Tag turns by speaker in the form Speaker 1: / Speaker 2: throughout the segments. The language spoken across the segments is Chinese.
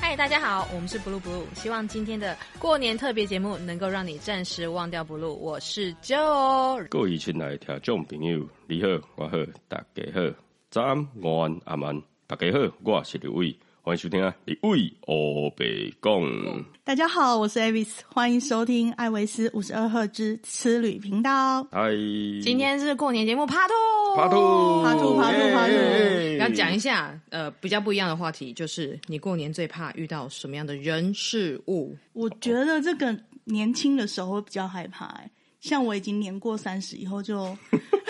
Speaker 1: 嗨，大家好，我们是 Blue Blue，希望今天的过年特别节目能够让你暂时忘掉 Blue。我是 Joe，
Speaker 2: 各位亲爱的听众朋友，你好，我好，大家好，早安、午安、阿曼，大家好，我是刘伟，欢迎收听啊，李伟欧北
Speaker 1: 嗯
Speaker 2: 讲。
Speaker 3: 大家好，我是 Avis，欢迎收听艾维斯五十二赫之吃旅频道。
Speaker 2: 嗨，
Speaker 1: 今天是过年节目 Part Two，
Speaker 2: 爬兔
Speaker 3: 爬兔爬兔爬兔
Speaker 1: 要讲一下呃比较不一样的话题，就是你过年最怕遇到什么样的人事物？
Speaker 3: 我觉得这个年轻的时候会比较害怕、欸，像我已经年过三十以 后就，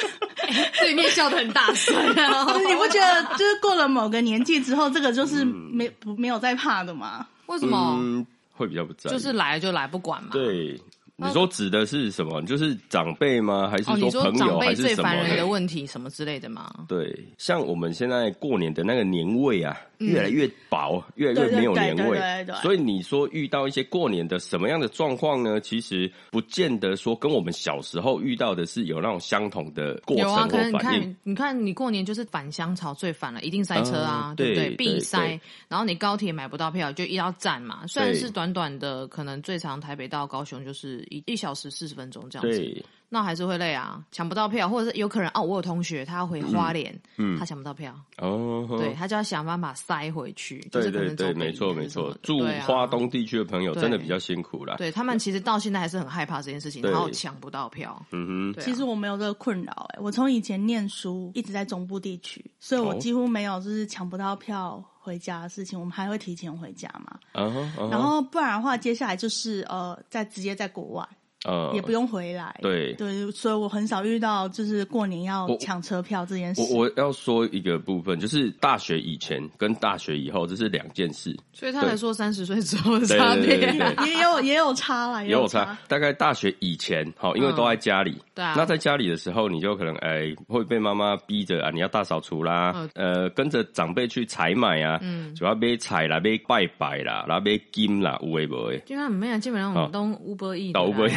Speaker 1: 对面笑得很大声、啊
Speaker 3: 就是你不觉得就是过了某个年纪之后，这个就是
Speaker 1: 嗯
Speaker 3: 没、不没有再怕的吗？
Speaker 1: 为什么？
Speaker 2: 嗯，会比较不在意，
Speaker 1: 就是来就来，不管嘛。
Speaker 2: 对。你说指的是什么？就是长辈吗？还是
Speaker 1: 哦，你说
Speaker 2: 朋
Speaker 1: 长
Speaker 2: 友？
Speaker 1: 辈
Speaker 2: 还是
Speaker 1: 最
Speaker 2: 什么
Speaker 1: 烦？人的问题什么之类的吗？
Speaker 2: 对，像我们现在过年的那个年味啊，越来越薄，越来越没有年
Speaker 3: 对对
Speaker 2: 味。
Speaker 3: 对对对
Speaker 2: 所以你说遇到一些过年的什么样的状况呢？其实不见得说跟我们小时候遇到的是有那种相同的过
Speaker 1: 有
Speaker 2: 程
Speaker 1: 啊，
Speaker 2: 或
Speaker 1: 可能你
Speaker 2: 反应。
Speaker 1: 看，你看你过年就是返乡潮最烦了，一定塞车啊，
Speaker 2: 嗯
Speaker 1: 对不
Speaker 2: 对
Speaker 1: 必塞。
Speaker 2: 对对
Speaker 1: 然后你高铁买不到票，就一定要站嘛。虽然
Speaker 2: 对
Speaker 1: 是短短的，可能最长台北到高雄就是一一小时四十分钟这样子，
Speaker 2: 对，
Speaker 1: 那还是会累啊。抢不到票，或者是有可能哦，我有同学他要回花莲，他抢不到票，
Speaker 2: 哦，
Speaker 1: 对他就要想办法塞回去，就是
Speaker 2: 对
Speaker 1: 可
Speaker 2: 对
Speaker 1: 能
Speaker 2: 对，
Speaker 1: 走北
Speaker 2: 没错
Speaker 1: 宜还
Speaker 2: 没
Speaker 1: 是什么
Speaker 2: 错
Speaker 1: 的。
Speaker 2: 住
Speaker 1: 对啊
Speaker 2: 花东地区的朋友真的比较辛苦啦。
Speaker 1: 对他们其实到现在还是很害怕这件事情，
Speaker 2: 对
Speaker 1: 然后抢不到票。
Speaker 2: 嗯
Speaker 1: 对啊
Speaker 3: 其实我没有这个困扰、欸，我从以前念书一直在中部地区，所以我
Speaker 2: 哦
Speaker 3: 几乎没有就是抢不到票回家的事情。我们还会提前回家嘛？
Speaker 2: 哼，啊哈，
Speaker 1: 哦
Speaker 3: 然后不然的话，接下来就是呃，在直接在国外。
Speaker 1: 哦
Speaker 2: 呃
Speaker 3: 也不用回来。
Speaker 2: 对
Speaker 3: 对，所以我很少遇到就是过年要
Speaker 2: 我
Speaker 3: 抢车票这件事
Speaker 2: 我。我要说一个部分，就是大学以前跟大学以后，这是两件事。
Speaker 1: 所以他才说三十岁之后的
Speaker 2: 对
Speaker 1: 差
Speaker 2: 对
Speaker 1: 别。
Speaker 2: 对对对，
Speaker 3: 也有也有差啦，
Speaker 2: 也有差。大概大学以前，好，因为都在家里。
Speaker 1: 嗯对啊
Speaker 2: 那在家里的时候，你就可能哎、会被妈妈逼着啊，你要大扫除啦，
Speaker 1: 嗯
Speaker 2: 呃，跟着长辈去采买啊，主要买菜啦，买拜拜啦，然后买金啦，有诶无诶。
Speaker 1: 就像没有，基本上我们都 Uber E
Speaker 2: 到啊 Uber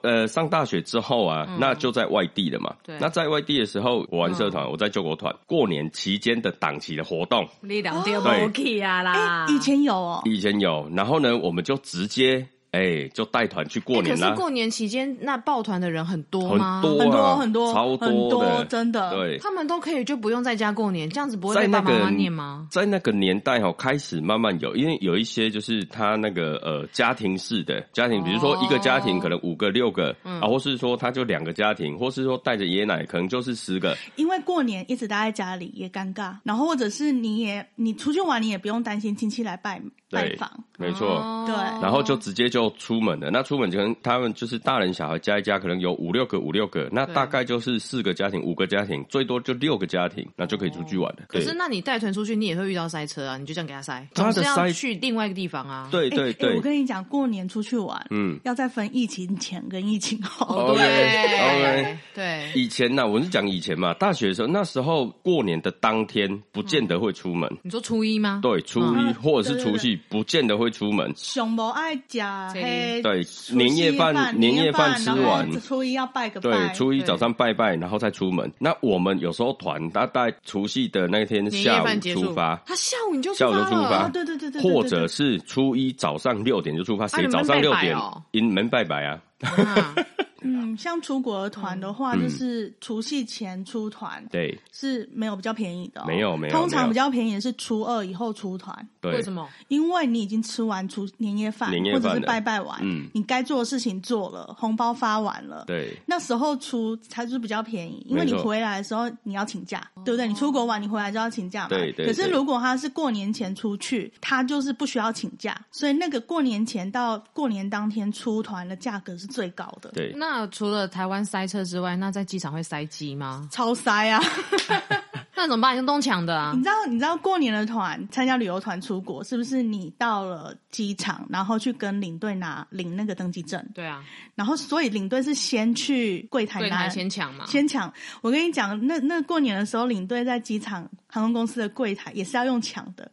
Speaker 2: 呃，上大学之后啊，那就在外地了嘛。
Speaker 1: 嗯对嗯
Speaker 2: 那在外地的时候，我玩社团，我在救国团，过年期间的档期的活动，
Speaker 1: 你两丢
Speaker 2: 对
Speaker 1: OK 啊啦
Speaker 3: 哎，以前有哦，
Speaker 2: 以前有，然后呢，我们就直接哎、就带团去过
Speaker 1: 哎
Speaker 2: 年
Speaker 1: 可
Speaker 2: 啦。
Speaker 1: 是过年期间那抱团的人很多
Speaker 2: 很
Speaker 1: 吗？
Speaker 2: 多、啊、
Speaker 3: 很多很多
Speaker 2: 超
Speaker 3: 很
Speaker 2: 多
Speaker 3: 多
Speaker 2: 的，
Speaker 3: 真的
Speaker 2: 对，
Speaker 1: 他们都可以就不用在家过年，这样子不会
Speaker 2: 在
Speaker 1: 被
Speaker 2: 那
Speaker 1: 爸爸
Speaker 2: 个
Speaker 1: 妈妈念吗？
Speaker 2: 在那个年代哦，开始慢慢有，因为有一些就是他那个呃家庭式的家庭，比如说一个家庭
Speaker 1: 哦嗯
Speaker 2: 可能五个六个、啊，或是说他就两个家庭，或是说带着爷爷奶奶可能就是十个，
Speaker 3: 因为过年一直待在家里也尴尬，然后或者是你也你出去玩，你也不用担心亲戚来拜拜
Speaker 2: 对
Speaker 3: 访。，
Speaker 2: 没错。
Speaker 1: 哦
Speaker 3: 对
Speaker 2: 然后就直接就出门了。那出门可能他们就是大人小孩加一加，可能有五六个五六个，那
Speaker 1: 对
Speaker 2: 大概就是四个家庭五个家庭，最多就六个家庭，那就可以出去玩了。
Speaker 1: 可
Speaker 2: 对
Speaker 1: 是那你带团出去，你也会遇到塞车啊，你就这样给他塞，
Speaker 2: 他
Speaker 1: 总是
Speaker 2: 的
Speaker 1: 要
Speaker 2: 塞
Speaker 1: 去另外一个地方啊。，
Speaker 2: 对
Speaker 3: 哎
Speaker 2: 对
Speaker 3: 哎
Speaker 2: 对
Speaker 3: 我，跟你讲，过年出去玩，
Speaker 2: 嗯，哦
Speaker 3: 要再分疫情前跟疫情后。
Speaker 1: 对
Speaker 2: OK，OK
Speaker 1: 对，
Speaker 2: 以前呢、我是讲以前嘛，大学的时候，那时候过年的当天不见得会出门，
Speaker 1: 你说初一吗？
Speaker 2: 对，初一
Speaker 3: 嗯
Speaker 2: 或者是除夕不见得会出门，
Speaker 3: 熊猫爱家，
Speaker 1: 这里
Speaker 3: 嘿，
Speaker 2: 对
Speaker 3: 除夕
Speaker 2: 年夜饭
Speaker 3: 年
Speaker 2: 年夜饭
Speaker 3: 然
Speaker 2: 吃
Speaker 3: 后
Speaker 2: 完
Speaker 3: 初一要拜个
Speaker 2: 对，
Speaker 3: 拜，
Speaker 2: 初一
Speaker 1: 对
Speaker 2: 早上拜拜，然后再出门。那我们有时候团大概除夕的那天
Speaker 1: 年
Speaker 2: 下
Speaker 1: 夜
Speaker 2: 午
Speaker 1: 饭结束
Speaker 2: 出发，
Speaker 1: 他下午你就
Speaker 2: 下午就
Speaker 1: 出发
Speaker 2: 出发，
Speaker 1: 了
Speaker 3: 哦对对对对对
Speaker 2: 或者是初一早上六点就出发，
Speaker 1: 啊你
Speaker 2: 谁
Speaker 1: 们
Speaker 2: 早上六
Speaker 1: 拜拜
Speaker 2: 点
Speaker 1: 哦
Speaker 2: 迎门拜拜啊？
Speaker 1: 啊
Speaker 3: 嗯，像出国的团的话，
Speaker 2: 嗯
Speaker 3: 就是除夕前出团，
Speaker 2: 对
Speaker 3: 是没有比较便宜的哦、
Speaker 2: 没有没有
Speaker 3: 通
Speaker 2: 没
Speaker 3: 常
Speaker 2: 有
Speaker 3: 比较便宜的是初二以后出团，
Speaker 2: 对
Speaker 1: 为，什么？
Speaker 3: 因为你已经吃完除年夜饭，
Speaker 2: 年夜
Speaker 3: 或
Speaker 2: 饭
Speaker 3: 者是
Speaker 2: 了
Speaker 3: 拜拜完，
Speaker 2: 嗯
Speaker 3: 你该做的事情做了，红包发完了，
Speaker 2: 对
Speaker 3: 那时候出才是比较便宜，因为
Speaker 2: 没
Speaker 3: 你
Speaker 2: 错
Speaker 3: 回来的时候你要请假，对不对？你出国玩你回来就要请假嘛。
Speaker 2: 对对
Speaker 3: 可是
Speaker 2: 对
Speaker 3: 如果他是过年前出去，他就是不需要请假，所以那个过年前到过年当天出团的价格是最高的。
Speaker 2: 对。
Speaker 1: 嗯那除了台湾塞车之外，那在机场会塞机吗？
Speaker 3: 超塞啊！
Speaker 1: 那怎么办？用东抢的啊
Speaker 3: 你？知道，你知道过年的团参加旅游团出国，是不是你到了机场，然后去跟领队拿领那个登记证，
Speaker 1: 对啊，
Speaker 3: 然后所以领队是先去柜台
Speaker 1: 对，
Speaker 3: 拿
Speaker 1: 台先抢嘛。
Speaker 3: 先抢。我跟你讲，那那过年的时候，领队在机场航空公司的柜台也是要用抢的。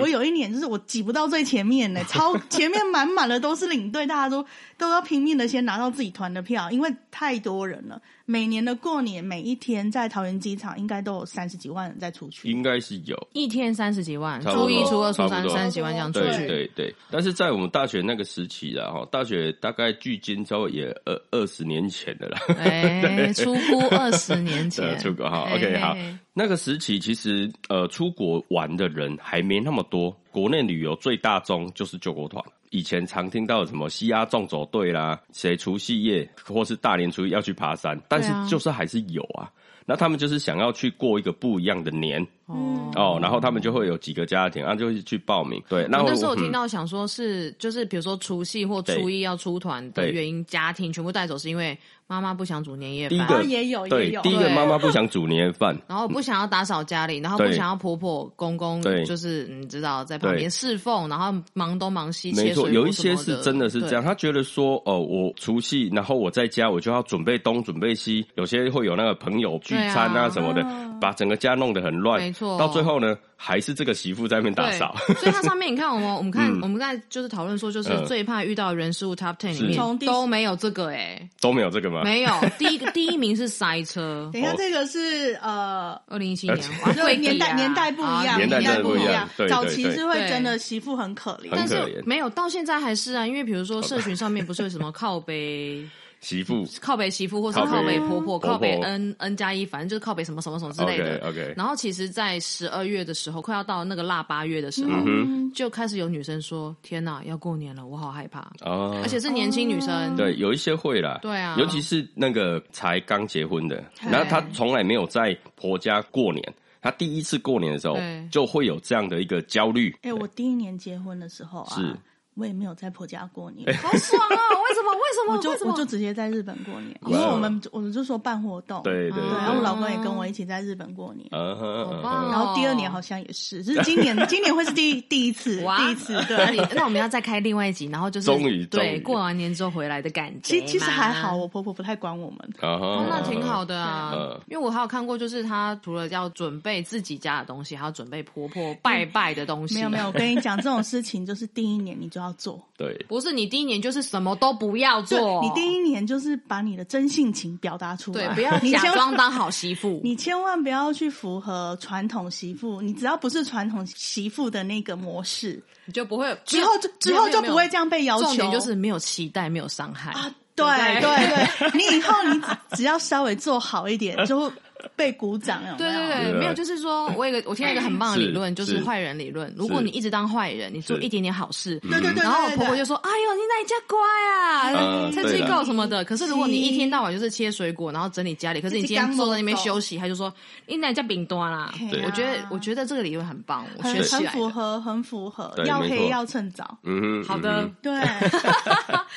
Speaker 3: 我有一年就是我挤不到最前面呢、超前面满满的都是领队，大家都都要拼命的先拿到自己团的票，因为太多人了。每年的过年，每一天在桃园机场应该都有三十几万人在出去。
Speaker 2: 应该是有。
Speaker 1: 一天三十几万，
Speaker 2: 差不多
Speaker 1: 初一、初二、初
Speaker 2: 差
Speaker 1: 三
Speaker 2: 不多
Speaker 1: 三十几万这样出
Speaker 2: 对
Speaker 1: 去，
Speaker 2: 对对，但是在我们大学那个时期啦，哈，大学大概距今稍微也二二十年前的啦。
Speaker 1: 哎，出估二十年前
Speaker 2: 对，出国哈
Speaker 1: 哎
Speaker 2: ，OK 好
Speaker 1: 哎哎。
Speaker 2: 那个时期其实呃，出国玩的人还没那么多，国内旅游最大宗就是救国团。以前常听到什么西亚纵走队啦，谁除夕夜或是大年初一要去爬山，但是
Speaker 1: 对啊
Speaker 2: 就是还是有啊。那他们就是想要去过一个不一样的年
Speaker 1: 哦
Speaker 2: 哦，然后他们就会有几个家庭，啊，就是去报名。对，那
Speaker 1: 那时候我
Speaker 2: 嗯
Speaker 1: 听到想说是，就是比如说除夕或初一要出团的
Speaker 2: 对
Speaker 1: 原因，家庭全部带走是因为妈妈不想煮年夜
Speaker 2: 第一
Speaker 1: 饭
Speaker 2: 个，
Speaker 3: 啊也有也
Speaker 2: 对
Speaker 3: 有
Speaker 2: 第一个
Speaker 1: 对
Speaker 2: 妈妈不想煮年夜饭，
Speaker 1: 然后不想要打扫家里，然后不
Speaker 2: 对
Speaker 1: 想要婆婆公公
Speaker 2: 对
Speaker 1: 就是你知道在旁
Speaker 2: 对
Speaker 1: 边侍奉，然后忙东忙西，
Speaker 2: 没
Speaker 1: 切
Speaker 2: 错，
Speaker 1: 水
Speaker 2: 有
Speaker 1: 果
Speaker 2: 一
Speaker 1: 什
Speaker 2: 些
Speaker 1: 么
Speaker 2: 是真的是这样，。他觉得说，哦，我除夕，然后我在家，我就要准备东准备西，有些会有那个朋友聚餐
Speaker 1: 对
Speaker 2: 啊
Speaker 1: 啊
Speaker 2: 什么的，
Speaker 3: 嗯
Speaker 2: 把整个家弄得很乱。
Speaker 1: 没错
Speaker 2: 到最后呢，还是这个媳妇在那边打
Speaker 1: 对
Speaker 2: 扫。
Speaker 1: 对所以它上面你看，我 们我们看
Speaker 2: 嗯
Speaker 1: 我们刚才就是讨论说，就是
Speaker 2: 嗯
Speaker 1: 最怕遇到人事物 Top Ten
Speaker 2: 是
Speaker 1: 里
Speaker 2: 啊
Speaker 1: 面
Speaker 3: 从第
Speaker 1: 都没有这个哎，
Speaker 2: 都没有这个吗？
Speaker 1: 没有第一个第一名是塞 车，
Speaker 3: 等一下，
Speaker 2: 哦
Speaker 3: 这个是呃。
Speaker 1: 二零一七年 哇
Speaker 3: 就
Speaker 1: 贵
Speaker 3: 年
Speaker 1: 底
Speaker 3: 代
Speaker 1: 啊
Speaker 3: 年代不一
Speaker 1: 啊
Speaker 3: 样，
Speaker 2: 年代真的
Speaker 3: 不
Speaker 2: 不一样对对
Speaker 3: 早期
Speaker 2: 对
Speaker 3: 是会
Speaker 1: 对
Speaker 3: 真的媳妇很可怜，
Speaker 2: 很
Speaker 1: 但
Speaker 2: 可
Speaker 1: 是
Speaker 2: 怜
Speaker 1: 没有，到现在还是啊，因为比如说社群上面不是有什么靠 北、
Speaker 2: 媳妇
Speaker 1: 靠北媳妇，或是
Speaker 2: 靠北哦
Speaker 1: 靠北婆婆、
Speaker 2: 婆婆
Speaker 1: 靠北 n n 加一，反正就是靠北什么什么什么之类
Speaker 2: ，OK
Speaker 1: 的。
Speaker 2: OK，
Speaker 1: 然后其实，在十二月的时候，快要到那个腊八月的时候，
Speaker 2: 嗯
Speaker 1: 就开始有女生说：“天哪，要过年了，我好害怕。
Speaker 2: 哦
Speaker 1: 而，且是年轻女
Speaker 3: 哦
Speaker 1: 生，
Speaker 2: 对，有一些会啦，
Speaker 1: 对啊
Speaker 2: 尤其是那个才刚结婚的，然后她从来没有在婆家过年，她第一次过年的时候
Speaker 1: 对
Speaker 2: 就会有这样的一个焦虑。
Speaker 3: 哎、我第一年结婚的时候
Speaker 2: 是哎
Speaker 3: 啊，我也没有在婆家过年，
Speaker 1: 好爽啊！为什么？为什么？
Speaker 3: 我就
Speaker 1: 为什
Speaker 3: 我就
Speaker 1: 么？
Speaker 3: 直接在日本过年，因为我们我们就说办活动，
Speaker 2: 对对对，
Speaker 1: 对
Speaker 3: 然后我
Speaker 2: 嗯
Speaker 3: 老公也跟我一起在日本过年。
Speaker 2: 哼
Speaker 1: 好
Speaker 2: 嗯哼
Speaker 1: 棒哦
Speaker 3: 然后第二年好像也是，就是今年，今年会是 第一第一次，
Speaker 1: 哇
Speaker 3: 第一次对。
Speaker 1: 那我们要再开另外一集，然后就是
Speaker 2: 终于终
Speaker 1: 对
Speaker 2: 于
Speaker 1: 过完年之后回来的感觉
Speaker 3: 其
Speaker 1: 嘛。
Speaker 3: 其实还好，我婆婆不太管我们。
Speaker 2: 啊哈
Speaker 1: 哦，那挺好的啊，
Speaker 2: 嗯
Speaker 1: 因为我还有看过，就是她除了要准备自己家的东西，还要准备婆婆拜拜的东西。啊
Speaker 3: 没有没有，我，跟你讲，这种事情就是第一年你就要做，
Speaker 2: 对，
Speaker 1: 不是你第一年就是什么都不要
Speaker 3: 对
Speaker 1: 做，
Speaker 3: 你第一年就是把你的真性情表达出来，
Speaker 1: 对不要
Speaker 3: 你
Speaker 1: 假
Speaker 3: 千
Speaker 1: 装当好媳妇。
Speaker 3: 你千万不要去符合传统媳妇，你只要不是传统媳妇的那个模式，
Speaker 1: 你就不会
Speaker 3: 之后就之后就不会这
Speaker 1: 样
Speaker 3: 样被要求。
Speaker 1: 重点就是没有期待，没有伤害啊。
Speaker 3: 对
Speaker 1: 对
Speaker 3: 对对， 你以后你只只要稍微做好一点，就会被鼓掌，有没
Speaker 1: 对
Speaker 3: 有？
Speaker 1: 对
Speaker 2: 对
Speaker 1: 对，没有，就是说我有一个我听到一个很棒的
Speaker 2: 是
Speaker 1: 理论，就是
Speaker 2: 是
Speaker 1: 坏人理论。如果你一直当坏人，你做
Speaker 2: 是
Speaker 1: 一点点好事，
Speaker 3: 对对对
Speaker 1: 然后
Speaker 3: 对对
Speaker 1: 婆婆就说：“哎呦，你哪一家乖啊，
Speaker 2: 嗯
Speaker 1: 趁机够什么的。”可是如果你一天到晚就是切水果，然后整理家里，可是你今天坐在那边休息，他就说：“哎你哪一家饼多啦
Speaker 3: 对？”
Speaker 1: 我觉得，我觉得这个理论很棒，我
Speaker 3: 很
Speaker 1: 学起
Speaker 3: 很
Speaker 1: 来
Speaker 3: 符
Speaker 1: 了。
Speaker 3: 合，很符合，
Speaker 2: 对
Speaker 3: 要
Speaker 2: 没
Speaker 3: 黑
Speaker 2: 错
Speaker 3: 要趁早。
Speaker 2: 嗯哼，
Speaker 1: 好
Speaker 2: 嗯
Speaker 1: 的
Speaker 2: 哼，
Speaker 3: 对，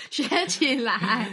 Speaker 1: 学起来。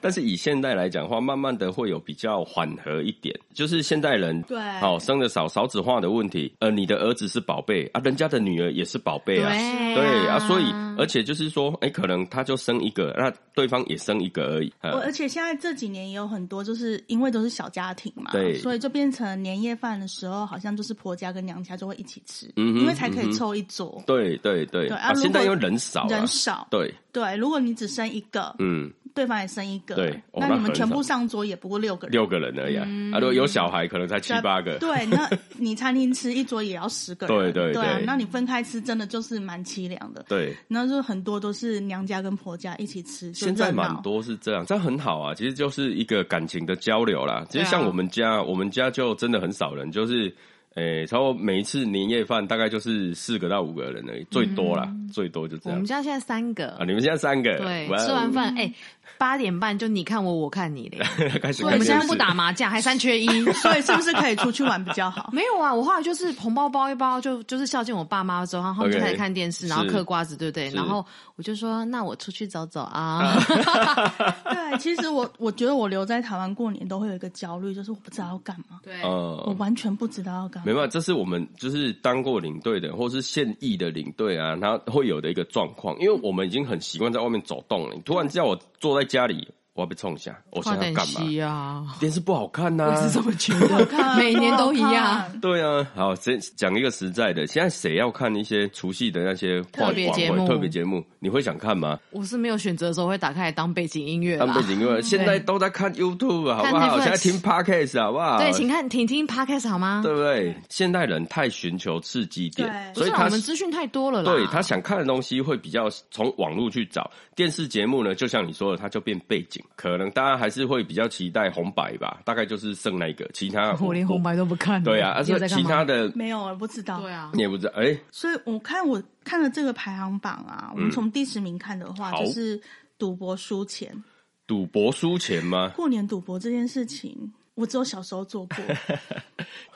Speaker 2: 但是以现代来讲的话，慢慢的会有比较缓和一点，就是现代人
Speaker 3: 对
Speaker 2: 好、生的少，少子化的问题，呃，你的儿子是宝贝啊，人家的女儿也是宝贝啊，
Speaker 1: 对
Speaker 2: 对
Speaker 1: 啊
Speaker 2: 啊，所以而且就是说，哎、可能他就生一个，那对方也生一个而已，呃
Speaker 3: 我而且现在这几年也有很多，就是因为都是小家庭嘛，
Speaker 2: 对
Speaker 3: 所以就变成年夜饭的时候，好像就是婆家跟娘家就会一起吃，
Speaker 2: 嗯哼
Speaker 3: 因为才可
Speaker 2: 嗯
Speaker 3: 以
Speaker 2: 哼
Speaker 3: 凑一桌。
Speaker 2: 对对对
Speaker 3: 对啊如果
Speaker 2: 现在因为人少、啊，
Speaker 3: 人少，
Speaker 2: 对，
Speaker 3: 对，如果你只生一个，
Speaker 2: 嗯，
Speaker 3: 对方也生一个，
Speaker 2: 对哦
Speaker 3: 那
Speaker 2: 那
Speaker 3: 你们
Speaker 2: 很
Speaker 3: 全
Speaker 2: 少
Speaker 3: 部上桌也不过六个人，
Speaker 2: 六个人而已啊，啊，如果有小孩，可能才七
Speaker 3: 对
Speaker 2: 八个，
Speaker 3: 对，那你餐厅吃一桌也要十个人，
Speaker 2: 对对
Speaker 3: 啊
Speaker 2: 对
Speaker 3: 那你分开吃真的就是蛮凄凉的。
Speaker 2: 对
Speaker 3: 然后就很多都是娘家跟婆家一起吃，就
Speaker 2: 现在
Speaker 3: 热闹
Speaker 2: 蛮多是这样，这样很好啊，其实就是一个感情的交流啦。其
Speaker 1: 对啊
Speaker 2: 实像我们家，我们家就真的很少人，就是。诶、差不多每一次年夜饭大概就是四个到五个人而已，最多啦，最多就这
Speaker 1: 嗯我
Speaker 2: 样
Speaker 1: 们。家现在三个，
Speaker 2: 啊，你们现在三个，
Speaker 1: 对，
Speaker 2: 哇哦
Speaker 1: 吃完饭哎，八点半就你看我，我看你嘞。
Speaker 2: 开始
Speaker 1: 我
Speaker 2: 看
Speaker 1: 们现
Speaker 2: 电
Speaker 1: 在
Speaker 2: 视
Speaker 1: 不打麻将，还三缺一。
Speaker 3: 所以是不是可以出去玩比较好？
Speaker 1: 没有啊，我后来就是红包包一包，就就是孝敬我爸妈之后，然后他们就
Speaker 2: OK，
Speaker 1: 开始看电视，然后
Speaker 2: 是
Speaker 1: 嗑瓜子，对不对？
Speaker 2: 是
Speaker 1: 然后我就说，那我出去走走啊。
Speaker 3: 对，其实我我觉得我留在台湾过年都会有一个焦虑，就是我不知道要干嘛，
Speaker 1: 对
Speaker 2: 嗯
Speaker 3: 我完全不知道要干
Speaker 2: 没
Speaker 3: 嘛。
Speaker 2: 办法，这是我们就是当过领队的，或是现役的领队啊，他会有的一个状况，因为我们已经很习惯在外面走动了。你突然叫我坐在家里，我要被冲一下，我想
Speaker 1: 花
Speaker 2: 要
Speaker 1: 点
Speaker 2: 干嘛？
Speaker 1: 西啊，
Speaker 2: 电视不好看呐、
Speaker 1: 是这么觉
Speaker 2: 啊
Speaker 3: 好
Speaker 1: 得，
Speaker 3: 看
Speaker 1: 每年都一样。，
Speaker 2: 对啊，好，先讲一个实在的，现在谁要看一些除夕的那些
Speaker 1: 特别节目
Speaker 2: 晚会特别节目，你会想看吗？
Speaker 1: 我是没有选择的时候会打开来当背景音乐啦
Speaker 2: 当背景音乐，现在都在看 YouTube 好不
Speaker 1: 啊看
Speaker 2: 好？
Speaker 1: Netflix
Speaker 2: 现在听 Podcast 好不好？
Speaker 1: 对，请看，请听 podcast 好吗？
Speaker 2: 啊对不对？现代人太寻求刺激点，
Speaker 1: 不
Speaker 3: 对
Speaker 2: 所以
Speaker 1: 是啊
Speaker 2: 他
Speaker 1: 我们资讯太多了啦。
Speaker 2: 对他想看的东西会比较从网络去找，电视节目呢，就像你说的，它就变背景，可能大家还是会比较期待红白吧，大概就是剩那一个，其他
Speaker 1: 我连红白都不看。
Speaker 2: 对啊，而
Speaker 1: 你有
Speaker 2: 且
Speaker 1: 在干
Speaker 2: 其
Speaker 1: 嘛
Speaker 2: 他的
Speaker 3: 没有，我不知道。
Speaker 1: 对啊
Speaker 2: 你，也不知道，哎、
Speaker 3: 所以我看我看了这个排行榜啊，我们
Speaker 2: 嗯
Speaker 3: 从第十名看的话，
Speaker 2: 好
Speaker 3: 就是赌博输钱。
Speaker 2: 赌博输钱吗？
Speaker 3: 过年赌博这件事情，我只有小时候 做过。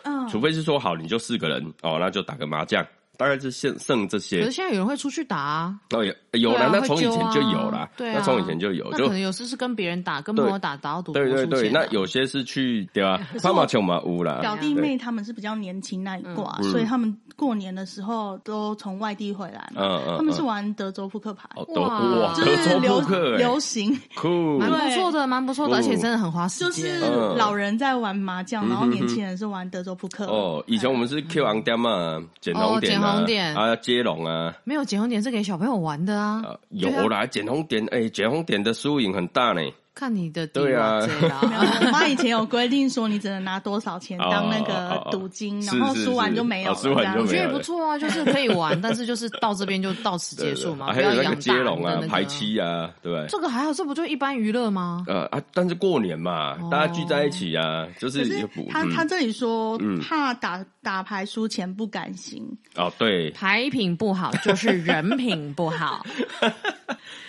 Speaker 3: 嗯，
Speaker 2: 除非是说好你就四个人哦，那就打个麻将，大概是剩剩这
Speaker 1: 可
Speaker 2: 些
Speaker 1: 是。现在有人会出去打啊。
Speaker 2: 哦，有有
Speaker 1: 对
Speaker 2: 啦，
Speaker 1: 啊
Speaker 2: 那
Speaker 1: 会
Speaker 2: 从以
Speaker 1: 揪
Speaker 2: 前
Speaker 1: 啊
Speaker 2: 就有啦，
Speaker 1: 对啊，
Speaker 2: 那从以前就有，
Speaker 1: 那
Speaker 2: 就
Speaker 1: 可能有时是跟别人打，跟朋友打打到赌博
Speaker 2: 对对
Speaker 1: 输
Speaker 2: 对，
Speaker 1: 钱啊
Speaker 2: 那有些是去对 吧？
Speaker 3: 是
Speaker 2: 帕
Speaker 3: 我
Speaker 2: 马球嘛，乌啦，
Speaker 3: 表弟妹他们是比较年轻那一
Speaker 1: 嗯
Speaker 3: 挂，
Speaker 2: 嗯
Speaker 3: 所以他们过年的时候都从外地回来
Speaker 2: 嗯
Speaker 3: 嘛，
Speaker 2: 嗯嗯
Speaker 3: 他们是玩德州扑克牌，
Speaker 2: 哦，德
Speaker 1: 哇
Speaker 2: 哇，
Speaker 3: 就
Speaker 2: 德
Speaker 3: 是
Speaker 2: 州
Speaker 3: 流
Speaker 2: 扑克，哎
Speaker 3: 流行，
Speaker 2: 酷，
Speaker 1: 蛮
Speaker 3: 对
Speaker 1: 不错的，蛮不错的，
Speaker 2: 嗯
Speaker 1: 而且真的很花时
Speaker 3: 就是
Speaker 1: 间。
Speaker 2: 嗯
Speaker 3: 老人在玩麻将，然后
Speaker 2: 嗯哼
Speaker 3: 年轻人是玩德州扑克。
Speaker 2: 哦，以前我们是 Q 昂点嘛，捡红点
Speaker 1: 哎哦捡
Speaker 2: 啊
Speaker 1: 红，点
Speaker 2: 啊接龙啊，
Speaker 1: 没有捡红点是给小朋友玩的啊，
Speaker 2: 啊有啦，捡红点，哎，捡红点的输赢很大呢。
Speaker 1: 看你的底
Speaker 2: 对啊
Speaker 1: 瓦贼
Speaker 3: 没
Speaker 1: 啦。
Speaker 3: 有我妈以前有规定说，你只能拿多少钱
Speaker 2: 哦
Speaker 3: 当那
Speaker 2: 哦
Speaker 3: 个
Speaker 2: 哦哦
Speaker 3: 赌金，
Speaker 2: 是
Speaker 3: 然后
Speaker 2: 是
Speaker 3: 输完
Speaker 2: 是
Speaker 3: 就没有
Speaker 2: 哦
Speaker 3: 了。
Speaker 2: 输完
Speaker 1: 我
Speaker 2: 就
Speaker 3: 这样
Speaker 1: 觉
Speaker 2: 没有
Speaker 1: 得也不错啊，就是可以玩，但是就是到这边就到此结束嘛，
Speaker 2: 对
Speaker 1: 不
Speaker 2: 对
Speaker 1: 要
Speaker 2: 啊还有
Speaker 1: 养
Speaker 2: 那
Speaker 1: 大
Speaker 2: 个接龙
Speaker 1: 的
Speaker 2: 啊
Speaker 1: 那、个
Speaker 2: 排。七啊，对不对？
Speaker 1: 这个还好，这不就一般娱乐吗？
Speaker 2: 呃啊，但是过年嘛
Speaker 1: 哦，
Speaker 2: 大家聚在一起啊，就是
Speaker 3: 可
Speaker 2: 也
Speaker 3: 是
Speaker 2: 补
Speaker 3: 他
Speaker 2: 嗯
Speaker 3: 他这里说怕打打牌输钱不甘心，
Speaker 2: 哦，对，
Speaker 1: 牌品不好就是人品不 好，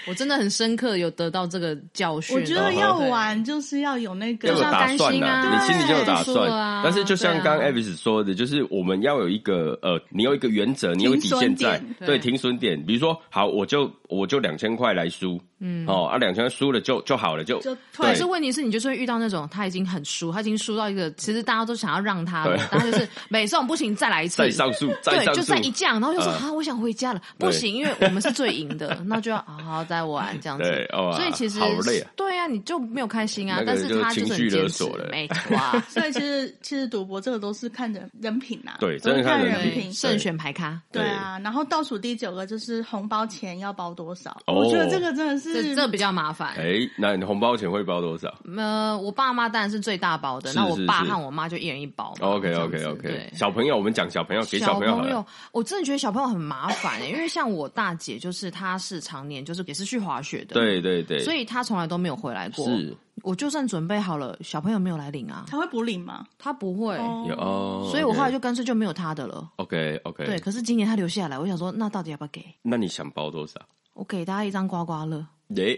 Speaker 1: 我真的很深刻有得到这个教训。
Speaker 3: 我觉得要
Speaker 1: 对
Speaker 3: 玩就是要有那个
Speaker 2: 要有
Speaker 1: 要
Speaker 2: 打
Speaker 1: 担
Speaker 2: 算
Speaker 1: 心啊
Speaker 2: 你心里就有
Speaker 1: 对
Speaker 2: 打
Speaker 1: 输
Speaker 2: 算
Speaker 1: 了啊。
Speaker 2: 但是就像刚
Speaker 1: 对啊
Speaker 2: Avis 说的，就是我们要有一个呃，你有一个原则，你有一个底线在
Speaker 3: 停损，
Speaker 1: 点对
Speaker 2: 对，停损点。比如说，好，我就我就两千块来输，嗯，哦，啊，两千输了就就好了，就
Speaker 3: 就突
Speaker 1: 可
Speaker 3: 然，
Speaker 2: 对
Speaker 1: 是问题是，你就是会遇到那种他已经很输，他已经输到一个，其实大家都想要让他了
Speaker 2: 对，
Speaker 1: 但 他就是每这种不行，再来一次，
Speaker 2: 再上诉，再
Speaker 1: 对，
Speaker 2: 上
Speaker 1: 就
Speaker 2: 诉
Speaker 1: 再，一降，然后就说
Speaker 2: 嗯
Speaker 1: 啊，我想回家了，
Speaker 2: 对
Speaker 1: 不行，因为我们是最赢的，那就要好好再玩这样子
Speaker 2: 对哦。啊
Speaker 1: 所以其实
Speaker 2: 好累啊
Speaker 1: 对啊，你就没有开心啊
Speaker 2: 那，个
Speaker 1: 但是他就是
Speaker 2: 就
Speaker 1: 很
Speaker 2: 情绪勒
Speaker 1: 坚持
Speaker 2: 索了，
Speaker 1: 没错啊
Speaker 3: 所以其实其实赌博这个都是看人人品啊，
Speaker 2: 对
Speaker 3: 都
Speaker 2: 真
Speaker 3: 是
Speaker 2: 的看
Speaker 3: 看
Speaker 2: 人
Speaker 3: 人
Speaker 2: 品
Speaker 3: 品
Speaker 1: 对，。慎选牌咖，
Speaker 3: 对啊，然后倒数第九个就是红包钱要包多少，
Speaker 2: 哦
Speaker 3: 我觉得这个真的
Speaker 1: 这
Speaker 3: 是
Speaker 1: 这比较麻烦。
Speaker 2: 哎，那你红包钱会包多少？
Speaker 1: 呃，我爸妈当然是最大包的，
Speaker 2: 是
Speaker 1: 那我爸
Speaker 2: 是是
Speaker 1: 和我妈就一人一包嘛。
Speaker 2: OK
Speaker 1: 嗯这样子
Speaker 2: OK
Speaker 1: 对
Speaker 2: OK，小朋友，我们讲小朋友，给
Speaker 1: 小
Speaker 2: 朋友好了。
Speaker 1: 我真的觉得小朋友很麻烦、欸，因为像我大姐，就是她是常年就是也是去滑雪的，，
Speaker 2: 对对对，
Speaker 1: 所以她从来都没有回来过。
Speaker 2: 是
Speaker 1: 我就算准备好了，小朋友没有来领啊，
Speaker 3: 才会补领嘛。
Speaker 1: 她不会，
Speaker 3: 哦
Speaker 2: 有哦，
Speaker 1: 所以我后来就干脆就没有她的了。
Speaker 2: OK OK，
Speaker 1: 对，可是今年她留下来，我想说，那到底要不要给？
Speaker 2: 那你想包多少？
Speaker 1: 我给大家一张刮刮乐，
Speaker 2: 耶，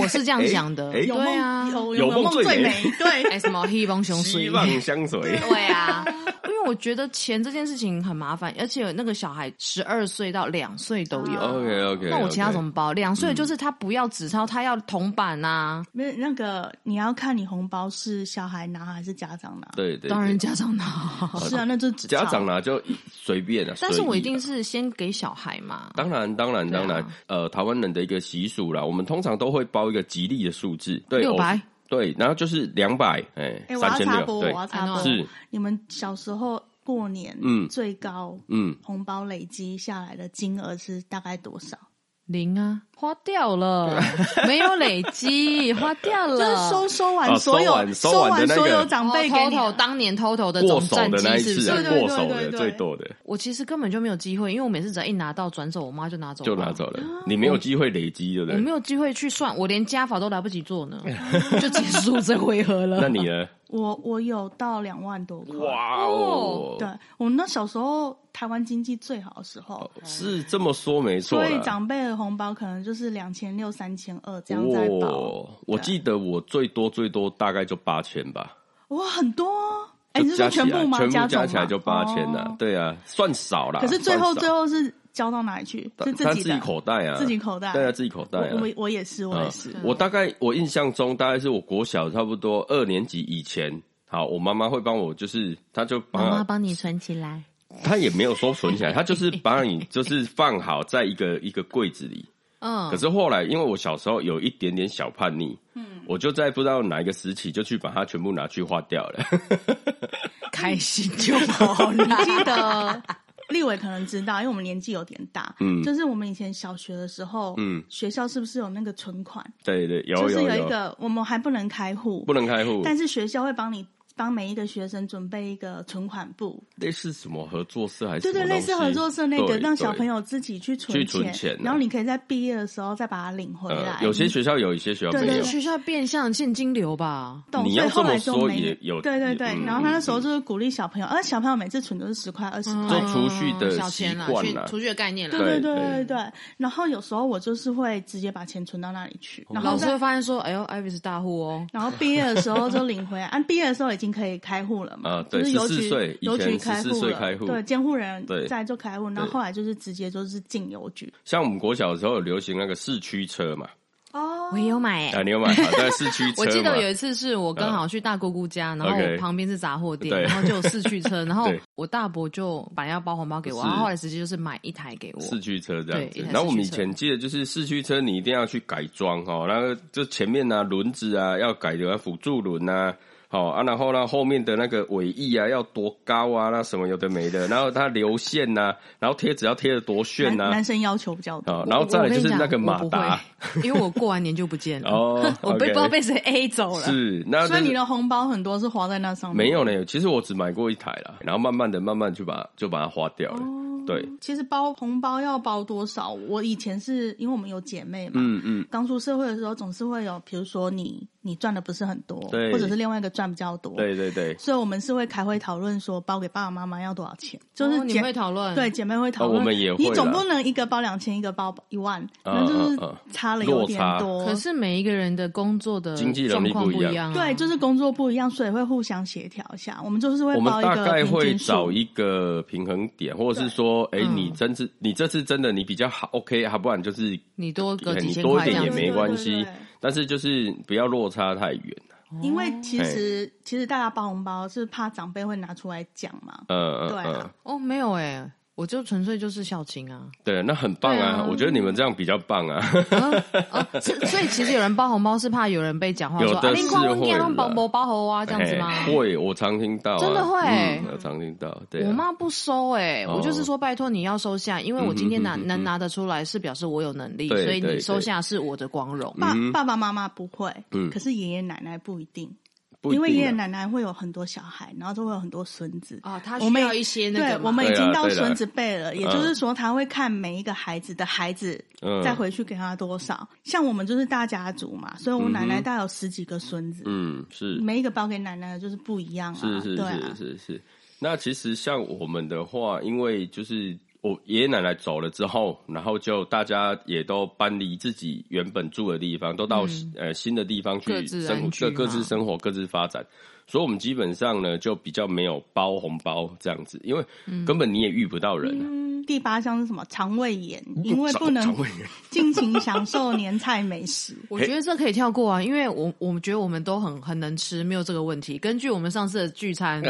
Speaker 1: 我是 这样想的。
Speaker 2: 哎哎
Speaker 1: 对
Speaker 3: 有梦、
Speaker 1: 啊，
Speaker 2: 有
Speaker 3: 有有
Speaker 2: 梦
Speaker 3: 最
Speaker 2: 最
Speaker 3: 美
Speaker 2: 美，
Speaker 3: 对，
Speaker 1: 哎什么黑帮熊水
Speaker 2: 希望 相随。
Speaker 1: 对啊，因为我觉得钱这件事情很麻烦，而且那个小孩十二岁到两岁都有。
Speaker 2: OK OK，
Speaker 1: 那我其他怎么包？两岁就是他不要纸钞，他要啊铜板呐、
Speaker 3: 没有那个你要看你红包是小孩拿还是家长拿，
Speaker 2: 对对，
Speaker 1: 当然家长拿。
Speaker 3: 是啊，那就只
Speaker 2: 哦家长啦，就随便啊。
Speaker 1: 但是
Speaker 2: 随意
Speaker 1: 我一
Speaker 2: 啦
Speaker 1: 定是先给小孩嘛。
Speaker 2: 当然，当然，
Speaker 1: 对啊
Speaker 2: 当然，呃，台湾人的一个习俗啦，我们通常都会包一个吉利的数字，对，
Speaker 1: 六百
Speaker 2: 偶对，然后就是两百，哎，
Speaker 3: 哎、我
Speaker 2: 三
Speaker 3: 要
Speaker 2: 千
Speaker 3: 插播，
Speaker 2: 六，对，
Speaker 3: 我要插播，
Speaker 2: 是，
Speaker 3: 你们小时候过年，
Speaker 2: 嗯
Speaker 3: 最高
Speaker 2: 嗯，
Speaker 3: 红包累积下来的金额是大概多少？
Speaker 1: 零啊，花掉了，没有累积，花掉 了。
Speaker 3: 就是收收完
Speaker 2: 啊
Speaker 3: 所有、
Speaker 2: 收完收
Speaker 3: 收
Speaker 2: 完的那个
Speaker 3: 所有长辈给你、
Speaker 1: 哦偷偷当年偷偷的
Speaker 2: 啊过
Speaker 1: 总
Speaker 2: 手
Speaker 1: 战
Speaker 2: 的那
Speaker 1: 绩
Speaker 2: 一
Speaker 1: 是不是？
Speaker 2: 次啊，
Speaker 3: 对对对
Speaker 2: 过手的
Speaker 3: 对对
Speaker 2: 最多的
Speaker 1: 我其实根本就没有机会，因为我每次只要一拿到转手，我妈就拿走，
Speaker 2: 就拿。走了，你没有机会累积，对不
Speaker 1: 我没
Speaker 2: 对？
Speaker 1: 有机会去算，我连加法都来不及做呢， 就结束这回合了。
Speaker 2: 那你呢？
Speaker 3: 我我有到两万多块。
Speaker 2: 哇
Speaker 1: 哦
Speaker 2: 哦，
Speaker 3: 对，我们那小时候台湾经济最好的时候，
Speaker 1: 哦
Speaker 2: 是这么说没哦错
Speaker 3: 所
Speaker 2: 啦。
Speaker 3: 以长辈的红包可能就是两千六、三千二这样在保。
Speaker 2: 哇，我记得我最多最多大概就八千吧，
Speaker 3: 哇，很多哦！哎，
Speaker 2: 就
Speaker 3: 你是
Speaker 2: 加
Speaker 3: 说
Speaker 2: 起
Speaker 3: 全
Speaker 2: 来
Speaker 3: 部吗？
Speaker 2: 全部
Speaker 3: 总
Speaker 2: 加起来
Speaker 3: 吗
Speaker 2: 就八千了
Speaker 3: 哦，
Speaker 2: 对啊，算少了。
Speaker 3: 可是最后
Speaker 2: 算少
Speaker 3: 最后是交到哪里去？是
Speaker 2: 但
Speaker 3: 自
Speaker 2: 但
Speaker 3: 己
Speaker 2: 自
Speaker 3: 的
Speaker 2: 己口袋啊，
Speaker 3: 自己口袋
Speaker 2: 对啊，自己口袋啊
Speaker 3: 我。我我也是，我也
Speaker 2: 嗯
Speaker 3: 是。
Speaker 2: 我大概我印象中大概是我国小差不多二年级以前。好，我妈妈会帮我，就是她就帮
Speaker 1: 妈妈
Speaker 2: 她，
Speaker 1: 帮你存起来，
Speaker 2: 她也没有说存起来，她就是帮你 就是放好在一个一个柜子里，
Speaker 1: 嗯
Speaker 2: 可，是后来，因为我小时候有一点点小叛逆，嗯，我就在不知道哪一个时期就去把它全部拿去花掉了。
Speaker 1: 开心就好
Speaker 3: 你
Speaker 1: 了。
Speaker 3: 记得立伟可能知道，因为我们年纪有点大。
Speaker 2: 嗯
Speaker 3: 就是我们以前小学的时候，
Speaker 2: 嗯
Speaker 3: 学校是不是有那个存款？
Speaker 2: 对对，有
Speaker 3: 就是
Speaker 2: 有
Speaker 3: 一个我们还不能开户
Speaker 2: 不，能开户，
Speaker 3: 但是学校会帮你帮每一个学生准备一个存款簿，
Speaker 2: 类似什么合作社还是
Speaker 3: 对对，
Speaker 2: 什么东
Speaker 3: 类
Speaker 2: 西
Speaker 3: 似合作社那个，
Speaker 2: 对
Speaker 3: 让小朋
Speaker 2: 对
Speaker 3: 友自己去存
Speaker 2: 去存钱啊
Speaker 3: 然后你可以在毕业的时候再把它领回来。
Speaker 2: 呃，有些学校有，一些学校
Speaker 3: 对
Speaker 2: 没
Speaker 3: 对
Speaker 2: 有
Speaker 3: 对。
Speaker 1: 学校变相现金流吧，
Speaker 3: 懂，
Speaker 2: 你
Speaker 3: 所以
Speaker 2: 要
Speaker 3: 后来
Speaker 2: 这
Speaker 3: 就
Speaker 2: 么说
Speaker 3: 没
Speaker 2: 也有
Speaker 3: 对对对。
Speaker 2: 嗯
Speaker 3: 然后他那时候就是鼓励小朋友，而小朋友每次存都是十块二十
Speaker 2: 做，
Speaker 3: 块
Speaker 2: 储蓄的
Speaker 1: 嗯小钱啦
Speaker 2: 习，惯啊
Speaker 1: 去
Speaker 2: 啦
Speaker 1: 储蓄的概念啦。
Speaker 3: 对
Speaker 2: 对
Speaker 3: 对
Speaker 2: 对
Speaker 3: 对对。然后有时候我就是会直接把钱存到那里去，
Speaker 2: 哦
Speaker 3: 然后
Speaker 1: 老师
Speaker 3: 再
Speaker 1: 会发现说：“哎呦，艾比是大户哦。
Speaker 3: 然后毕业的时候就领回来，按毕业的时候已经可以开户了嘛？
Speaker 2: 啊对
Speaker 3: 就是邮局
Speaker 2: 14岁以前
Speaker 3: 邮局开
Speaker 2: 14
Speaker 3: 户
Speaker 2: 岁
Speaker 3: 了，
Speaker 2: 开户
Speaker 3: 对，监护人
Speaker 2: 对
Speaker 3: 在就开户，然后
Speaker 2: 对
Speaker 3: 后来就是直接就是进邮局
Speaker 2: 像我们国小的时候有流行那个四驱车嘛，
Speaker 3: 哦
Speaker 1: 我也有买欸
Speaker 2: 啊，你有买？ 啊对，四 驱车
Speaker 1: 我
Speaker 2: 嘛。
Speaker 1: 记得有一次是我刚好去大姑姑家，然后
Speaker 2: OK
Speaker 1: 我旁边是杂货店，
Speaker 2: 对
Speaker 1: 然后就有四驱 车，然后
Speaker 2: 对
Speaker 1: 我大伯就本来要包红包给我，
Speaker 2: 是
Speaker 1: 然后后来直接就是买一台给我。
Speaker 2: 四驱车这样
Speaker 1: 对一
Speaker 2: 子
Speaker 1: 台。
Speaker 2: 然后我们以
Speaker 1: 四驱车
Speaker 2: 前记得就是四驱车，你一定要去改装哦，然后就前面啊轮子啊要改的，辅助轮啊。好啊，然后呢，后面的那个尾翼啊，要多高啊，那什么有的没的，然后它流线呐、然后贴纸要贴的多炫
Speaker 3: 男
Speaker 2: 呐、啊
Speaker 3: 男，生要求比较多，
Speaker 2: 然后再来就是那个
Speaker 1: 我
Speaker 2: 马
Speaker 1: 跟你讲我
Speaker 2: 达
Speaker 1: 不 会，因为我过完年就不见了，
Speaker 2: 哦
Speaker 1: 我被
Speaker 2: OK
Speaker 1: 不知道被谁 A 走了。
Speaker 2: 是，那就
Speaker 3: 所
Speaker 2: 是
Speaker 3: 以你的红包很多是花在那上面。
Speaker 2: 没有呢？其实我只买过一台啦，然后慢慢的、慢慢地就把就把它花掉了。
Speaker 1: 哦
Speaker 2: 对，
Speaker 3: 其实包红包要包多少？我以前是因为我们有姐妹嘛，
Speaker 2: 嗯嗯，
Speaker 3: 刚出社会的时候总是会有，比如说你你赚的不是很多，
Speaker 2: 对
Speaker 3: 或者是另外一个赚比较多，
Speaker 2: 对对对。
Speaker 3: 所以我们是会开会讨论说包给爸爸妈妈要多少钱，就
Speaker 1: 哦
Speaker 3: 是
Speaker 1: 你
Speaker 3: 姐、
Speaker 1: 们会讨论，
Speaker 3: 对姐妹会讨论、
Speaker 2: 哦我们也会啦
Speaker 3: 你总不能一个包两千，一个包一万，
Speaker 2: 嗯
Speaker 3: 那就是
Speaker 2: 嗯
Speaker 3: 差了有点多。
Speaker 1: 可是每一个人的工作的
Speaker 2: 经济能
Speaker 1: 状
Speaker 2: 力
Speaker 1: 况
Speaker 2: 不一样
Speaker 1: 一样啊，
Speaker 3: 对，就是工作不一样，所以会互相协调一下。我们就是会
Speaker 2: 我们
Speaker 3: 包一
Speaker 2: 大
Speaker 3: 个
Speaker 2: 概
Speaker 3: 平
Speaker 2: 会
Speaker 3: 均数
Speaker 2: 找一个平衡点，或者是说，哎、
Speaker 1: 嗯
Speaker 2: 你真是你这次真的你比较好，OK，好，不啊然就是
Speaker 1: 你多个几
Speaker 2: 你
Speaker 1: 千
Speaker 2: 多
Speaker 1: 块这
Speaker 2: 一点
Speaker 1: 样
Speaker 2: 也
Speaker 1: 子
Speaker 2: 没关
Speaker 3: 对
Speaker 2: 系
Speaker 3: 对对，
Speaker 2: 但是就是不要落差太远。
Speaker 3: 因为
Speaker 1: 哦
Speaker 3: 其实其实大家包红包是怕长辈会拿出来讲嘛，
Speaker 2: 呃，
Speaker 3: 对
Speaker 2: 呃
Speaker 3: 啊
Speaker 2: 呃，
Speaker 1: 哦，没有哎、我就纯粹就是孝亲 啊。
Speaker 2: 对，那很棒啊
Speaker 1: 对啊
Speaker 2: 我觉得你们这样比较棒啊。
Speaker 1: 哦，是所以其实有人包红包是怕有人被讲话说
Speaker 2: 有的
Speaker 1: 啊，你看
Speaker 2: 是
Speaker 1: 我
Speaker 2: 会
Speaker 1: 娘
Speaker 2: 啦
Speaker 1: 包包包红啊这样子吗？
Speaker 2: 嘿会，我常听到啊、
Speaker 1: 真的会
Speaker 2: 嗯我常听到。对啊、
Speaker 1: 我妈不收哎、
Speaker 2: 哦
Speaker 1: 我就是说拜托你要收下，因为我今天拿
Speaker 2: 嗯哼嗯哼
Speaker 1: 能拿得出来是表示我有能力，
Speaker 2: 对
Speaker 1: 所以
Speaker 2: 对
Speaker 1: 你
Speaker 2: 对
Speaker 1: 收下是我的光荣。
Speaker 3: 爸爸爸妈妈不会，
Speaker 2: 嗯
Speaker 3: 可是爷爷奶奶不一定，
Speaker 2: 不一
Speaker 3: 因为
Speaker 2: 定
Speaker 3: 爷爷
Speaker 2: 啊
Speaker 3: 奶奶会有很多小孩，然后就会有很多孙子
Speaker 1: 啊他需
Speaker 3: 我们
Speaker 1: 要一些那个
Speaker 3: 对，
Speaker 1: 嘛
Speaker 3: 我们已
Speaker 2: 对
Speaker 3: 经
Speaker 2: 啦
Speaker 3: 到
Speaker 2: 对啦
Speaker 3: 孙子辈了，也
Speaker 2: 嗯
Speaker 3: 就是说他会看每一个孩子的孩子
Speaker 2: 嗯
Speaker 3: 再回去给他多少。像我们就是大家族嘛，所以我奶奶大概有十几个孙子，
Speaker 2: 嗯是
Speaker 3: 每一个包给奶奶的就是不一样啊，
Speaker 2: 是是
Speaker 3: 对啊，
Speaker 2: 是是是。那其实像我们的话，因为就是我爷爷奶奶走了之后，然后就大家也都搬离自己原本住的地方，都到、呃新的地方
Speaker 1: 嗯各
Speaker 2: 去
Speaker 1: 自
Speaker 2: 生活，
Speaker 1: 安居
Speaker 2: 各各
Speaker 1: 嘛
Speaker 2: 自生活，各自发展。所以，我们基本上呢，就比较没有包红包这样子，因为
Speaker 1: 嗯
Speaker 2: 根本你也遇不到人啊、
Speaker 3: 嗯第八项是什么？肠胃炎，因为
Speaker 2: 肠
Speaker 3: 不能
Speaker 2: 肠胃炎
Speaker 3: 尽情享受年菜美 食。
Speaker 1: 我觉得这可以跳过啊，因为我我们觉得我们都很很能吃，没有这个问题。根据我们上次的聚 餐，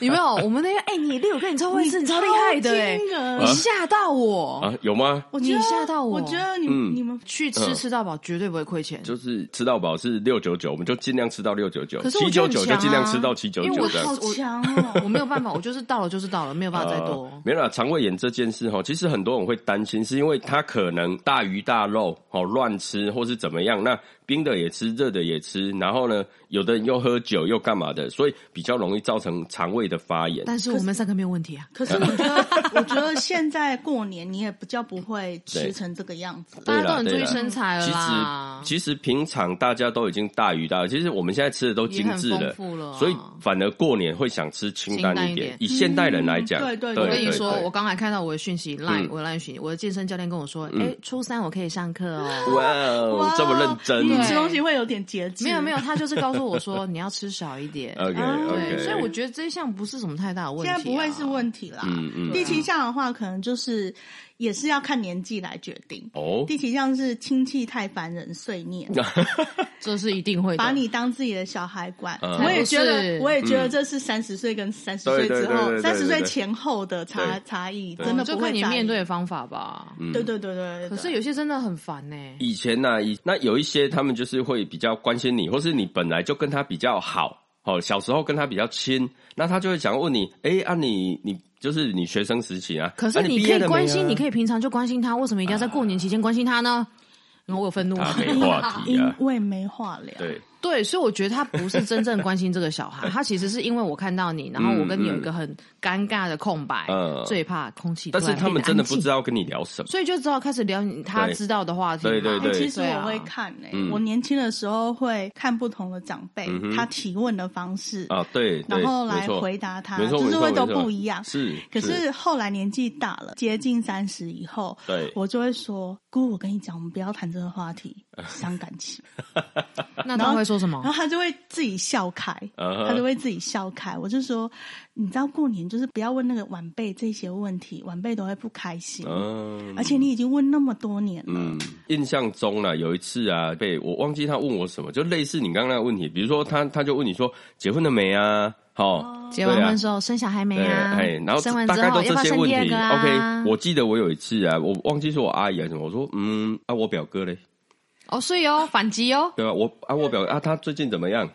Speaker 1: 有没有？我们那个哎、你六哥你超会吃，你超厉害的哎、
Speaker 3: 超惊人
Speaker 1: 你吓到我！
Speaker 2: 啊，有吗？
Speaker 3: 我觉得
Speaker 1: 你吓到我
Speaker 3: 我觉得你、
Speaker 2: 嗯
Speaker 3: 你们
Speaker 1: 去吃吃到饱绝对不会亏钱，
Speaker 2: 就是吃到饱是六九九，我们就尽量吃到六九九，
Speaker 1: 可是
Speaker 2: 七
Speaker 1: 我觉得
Speaker 2: 九
Speaker 1: 你
Speaker 2: 九，
Speaker 1: 强
Speaker 2: 就
Speaker 1: 啊
Speaker 2: 尽量吃到七九
Speaker 1: 因为
Speaker 2: 九
Speaker 1: 我
Speaker 2: 这样
Speaker 1: 超。
Speaker 3: 好强哦！
Speaker 1: 我没有办法，我就是到了就是到了，没有办法再 多。
Speaker 2: 呃没有啦，肠胃炎这件事哈，其实很多人会担心，是因为他可能大鱼大肉哦乱吃，或是怎么样。那冰的也吃，热的也吃，然后呢，有的人又喝酒又干嘛的，所以比较容易造成肠胃的发炎。
Speaker 1: 但是我们三个没有问题啊。
Speaker 3: 可是我觉得，我觉得现在过年你也比较不会吃成这个样子。
Speaker 1: 大
Speaker 2: 对
Speaker 1: 家都
Speaker 2: 啦，
Speaker 1: 很注
Speaker 2: 对
Speaker 1: 意
Speaker 2: 啦。
Speaker 1: 身材了
Speaker 2: 其
Speaker 1: 啦
Speaker 2: 实，其实平常大家都已经大鱼大肉，其实我们现在吃的都精致
Speaker 1: 也
Speaker 2: 了
Speaker 1: 很丰，富了啊
Speaker 2: 所以反而过年会想吃清淡
Speaker 1: 清淡一
Speaker 2: 一
Speaker 1: 点
Speaker 2: 以现代人来讲，
Speaker 3: 嗯对对
Speaker 2: 对
Speaker 1: 我跟你
Speaker 2: 对
Speaker 1: 说，
Speaker 2: 对
Speaker 1: 我刚才看到我的讯息，line
Speaker 2: 嗯
Speaker 1: 我的 line 讯息，我的健身教练跟我说，哎，初三我可以上课 哦。
Speaker 2: 哇哦，这么认真
Speaker 3: 你
Speaker 1: 对
Speaker 3: 吃东西会有点节制。
Speaker 1: 没有没有，他就是告诉我说你要吃少一 点。
Speaker 2: ，OK
Speaker 1: 对，所以我
Speaker 2: OK，
Speaker 1: 觉得这一项不是什么太大的问题
Speaker 3: 现
Speaker 1: 啊。
Speaker 3: 在不会是问题啦。
Speaker 2: 嗯嗯
Speaker 3: 第七项的话，可能就是也是要看年纪来决定。
Speaker 2: 哦，
Speaker 3: 第七项是亲戚太烦人碎念，
Speaker 1: 这是一定会的
Speaker 3: 把你当自己的小孩管。
Speaker 2: 嗯
Speaker 3: 我也觉
Speaker 1: 才不
Speaker 3: 得，
Speaker 1: 是
Speaker 3: 我也觉得这是三十岁跟三十岁之
Speaker 2: 对对对
Speaker 3: 后
Speaker 2: 对对、
Speaker 3: 三十岁前后的差差异，
Speaker 1: 哦
Speaker 3: 真的
Speaker 1: 就
Speaker 3: 不
Speaker 1: 看
Speaker 3: 会
Speaker 1: 你
Speaker 3: 在意
Speaker 1: 面对。的方法吧。
Speaker 2: 嗯
Speaker 3: 对对对对对。
Speaker 1: 可是
Speaker 3: 对
Speaker 1: 有些真的很烦呢。
Speaker 2: 以前呢、以那有一些他们就是会比较关心你，或是你本来就跟他比较好，哦，小时候跟他比较亲，那他就会想问你，哎、啊你你就是你学生时期啊，
Speaker 1: 可是
Speaker 2: 啊
Speaker 1: 你
Speaker 2: 毕
Speaker 1: 可
Speaker 2: 业
Speaker 1: 以
Speaker 2: 了没
Speaker 1: 关心，
Speaker 2: 啊
Speaker 1: 你可以平常就关心他，为什么一定要在过年期间关心他呢？然后我有愤怒啊
Speaker 2: 嗯他。没话题
Speaker 3: 因
Speaker 2: 啊，
Speaker 3: 为没话聊，
Speaker 2: 对，
Speaker 1: 对，所以我觉得他不是真正关心这个小孩，他其实是因为我看到你，然后我跟你有一个很尴尬的空白，
Speaker 2: 嗯
Speaker 1: 最怕空气突
Speaker 2: 但
Speaker 1: 然
Speaker 2: 是
Speaker 1: 变得安静。
Speaker 2: 他们真的不知道跟你聊什么。
Speaker 1: 所以就只好开始聊你他
Speaker 2: 对
Speaker 1: 知道的话题嘛。
Speaker 2: 对对
Speaker 3: 欸
Speaker 2: 对
Speaker 3: 其实
Speaker 1: 对啊
Speaker 3: 我会看诶、
Speaker 2: 嗯
Speaker 3: 我年轻的时候会看不同的长辈、
Speaker 2: 嗯哼
Speaker 3: 他提问的方式，
Speaker 2: 啊，对，对
Speaker 3: 然后
Speaker 2: 没
Speaker 3: 来
Speaker 2: 错
Speaker 3: 回答他，
Speaker 2: 没错，
Speaker 3: 就是
Speaker 2: 没
Speaker 3: 会
Speaker 2: 错
Speaker 3: 都
Speaker 2: 没错
Speaker 3: 不一样。
Speaker 2: 是，
Speaker 3: 可是后来年纪大了，接近三十以后，
Speaker 2: 对
Speaker 3: 我就会说：“姑，我跟你讲，我们不要谈这个话 题，伤感情。
Speaker 1: 那他会说什”么
Speaker 3: 然？后他就会自己笑开，
Speaker 2: 嗯哼
Speaker 3: 他就会自己笑开。我就说：“你知道过年就是不要问那个晚辈这些问题，晚辈都会不开心。
Speaker 2: 嗯
Speaker 3: 而且你已经问那么多年了，
Speaker 2: 嗯，印象中呢，有一次啊，被我忘记他问我什么，就类似你刚刚的问题，比如说他他就问你说结婚了没啊？哦，
Speaker 1: 结完婚
Speaker 2: 对啊
Speaker 1: 之后生小孩没
Speaker 2: 对，
Speaker 1: 啊？
Speaker 2: 哎，然后
Speaker 1: 生完
Speaker 2: 大
Speaker 1: 之
Speaker 2: 概
Speaker 1: 后
Speaker 2: 都
Speaker 1: 要
Speaker 2: 这
Speaker 1: 不要
Speaker 2: 些
Speaker 1: 生
Speaker 2: 问
Speaker 1: 第二
Speaker 2: 题。
Speaker 1: 个啊
Speaker 2: OK，我记得我有一次啊，我忘记是我阿姨还是什么，我说嗯啊，我表哥嘞，
Speaker 1: 哦，所以哦，反击哦，
Speaker 2: 对吧？我啊，我表哥啊，他最近怎么样？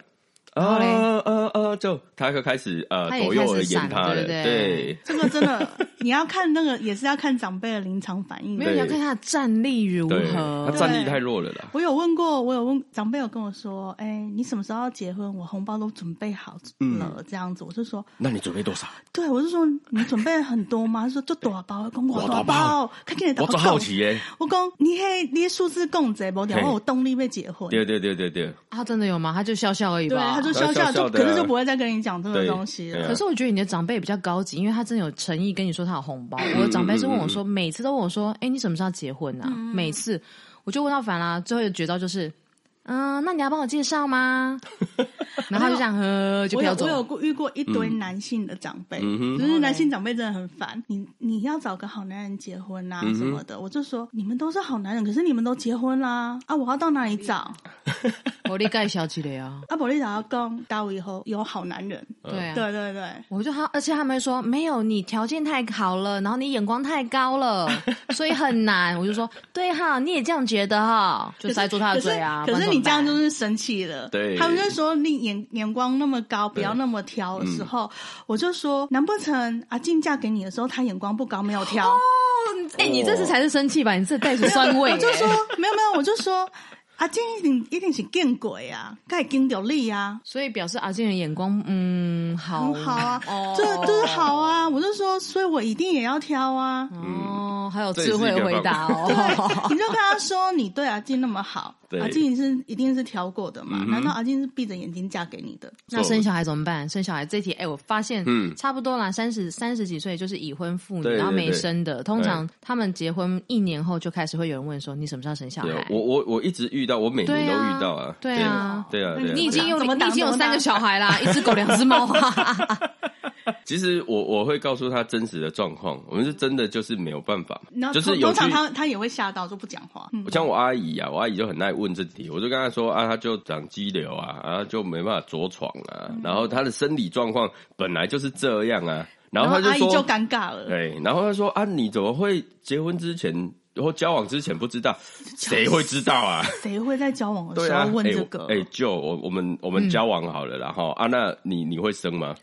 Speaker 1: 后
Speaker 2: 啊
Speaker 1: 嘞
Speaker 2: 啊啊！就他就开始呃
Speaker 1: 他也
Speaker 2: 左右
Speaker 1: 开
Speaker 2: 而
Speaker 1: 始
Speaker 2: 言
Speaker 1: 闪
Speaker 2: 他
Speaker 1: 对
Speaker 2: 了，
Speaker 1: 不对
Speaker 2: 对，
Speaker 3: 这个真的 你要看那个，也是要看长辈的临场反应
Speaker 1: 没。有你要看他的战力如
Speaker 2: 对，
Speaker 1: 何
Speaker 2: 他。战力太弱了啦。
Speaker 3: 我有问过，我有问长辈有跟我说：“哎、你什么时候要结婚？我红包都准备好了。这样子，我就说。
Speaker 2: 那你准备多少？
Speaker 3: 对，我就说你准备很多吗？他 说就大包，讲我大
Speaker 2: 大包
Speaker 3: 包，看见你
Speaker 2: 我
Speaker 3: 大包
Speaker 2: 做好奇耶、
Speaker 3: 我讲你嘿，你的数字共者无
Speaker 2: 嘿
Speaker 3: 然后有动力被结婚。
Speaker 2: 对对对对对，
Speaker 1: 他真的有吗？他就笑笑而已
Speaker 3: 对，
Speaker 1: 吧。
Speaker 3: 他就笑
Speaker 2: 笑
Speaker 3: 笑，
Speaker 2: 笑
Speaker 3: 就
Speaker 2: 的啊
Speaker 3: 可是就不会再跟你讲这个
Speaker 2: 对
Speaker 3: 东西
Speaker 2: 对啊
Speaker 3: 了。
Speaker 1: 可是我觉得你的长辈比较高级，因为他真的有诚意跟你说他有红包。
Speaker 3: 嗯
Speaker 1: 我的长辈是问我说，每次都问我说，哎、你什么时候要结婚啊？
Speaker 3: 嗯
Speaker 1: 每次我就问到烦啦、最后的绝招就是，嗯，那你要帮我介绍吗？ 然后他就想呵，就
Speaker 3: 我
Speaker 1: 飘
Speaker 3: 有
Speaker 1: 走
Speaker 3: 我。有过遇过一堆男性的长辈，
Speaker 2: 嗯哼
Speaker 3: 就是男性长辈真的很烦。你你要找个好男人结婚啊什么
Speaker 1: 嗯
Speaker 3: 的，我就说你们都是好男人，可是你们都结婚啦啊！我要到哪里找？
Speaker 1: 我理解小姐的呀，
Speaker 3: 阿伯利达要讲到我以后有好男人，
Speaker 1: 对啊，
Speaker 3: 对对对，
Speaker 1: 我就他，而且他们说没有你条件太好了，然后你眼光太高 了，所以很难。我就说对哈，你也这样觉得哈，就塞住他的嘴啊。
Speaker 3: 可
Speaker 1: 不然
Speaker 3: 是可是
Speaker 1: 怎么
Speaker 3: 你这样
Speaker 1: 办
Speaker 3: 就是生气了。
Speaker 2: 对
Speaker 3: 他们就说你眼眼光那么高，不要那么挑的时候，
Speaker 1: 嗯
Speaker 3: 我就说，难不成啊，进价给你的时候，他眼光不高，没有挑？
Speaker 1: 哎、你这次才是生气吧？你这带着酸味、
Speaker 3: 我就
Speaker 1: 哎
Speaker 3: 说没有没有，我就说啊，进一定一定是见鬼啊，该见到力啊。
Speaker 1: 所以表示阿健的眼光，嗯，好，
Speaker 3: 很好啊，
Speaker 1: 哦
Speaker 3: 这就是好啊！我就说，所以我一定也要挑啊。
Speaker 2: 嗯
Speaker 1: 哦，还有智慧回答
Speaker 3: 对，
Speaker 1: 哦。
Speaker 3: 你就跟他说，你对阿静那么好，
Speaker 2: 对嗯
Speaker 3: 阿静是一定是挑过的嘛？难道阿静是闭着眼睛嫁给你的？
Speaker 1: 那生小孩怎么办？生小孩这一题，哎、我发现，嗯，差不多啦，三十三十几岁就是已婚妇女，
Speaker 2: 对对
Speaker 1: 然后没生的，通常他们结婚一年后就开始会有人问说，你什么时候生小
Speaker 2: 对
Speaker 1: 孩？
Speaker 2: 我我我一直遇到，我每年都遇到啊，
Speaker 1: 对啊
Speaker 2: 对啊，对啊，
Speaker 1: 你已经有
Speaker 3: 怎么
Speaker 1: 你
Speaker 3: 打
Speaker 1: 已经有
Speaker 3: 怎么打
Speaker 1: 三个小孩 啦，一只狗，两只猫 啊。
Speaker 2: 其实我我会告诉他真实的状况，我们是真的就是没有办法
Speaker 3: 然，后
Speaker 2: 就是
Speaker 3: 通
Speaker 2: 有
Speaker 3: 通
Speaker 2: 去
Speaker 3: 常。他他也会吓到，就不讲话。嗯，
Speaker 2: 像我阿姨啊，我阿姨就很爱问这题，我就跟她说啊，她就长肌瘤啊，然后就没办法着床啊，然后她的生理状况本来就是这样啊，然后她
Speaker 3: 阿姨
Speaker 2: 说，哎
Speaker 3: 就尴尬了。
Speaker 2: 对，然后她说啊，你怎么会结婚之前或交往之前不知道，谁会知道啊？
Speaker 3: 谁会在交往的
Speaker 2: 对
Speaker 3: 时
Speaker 2: 啊
Speaker 3: 候，问
Speaker 2: 哎
Speaker 3: 这
Speaker 2: 我
Speaker 3: 个？
Speaker 2: 哎、就我我们我们交往好了啦，然后、啊，那你你会生吗？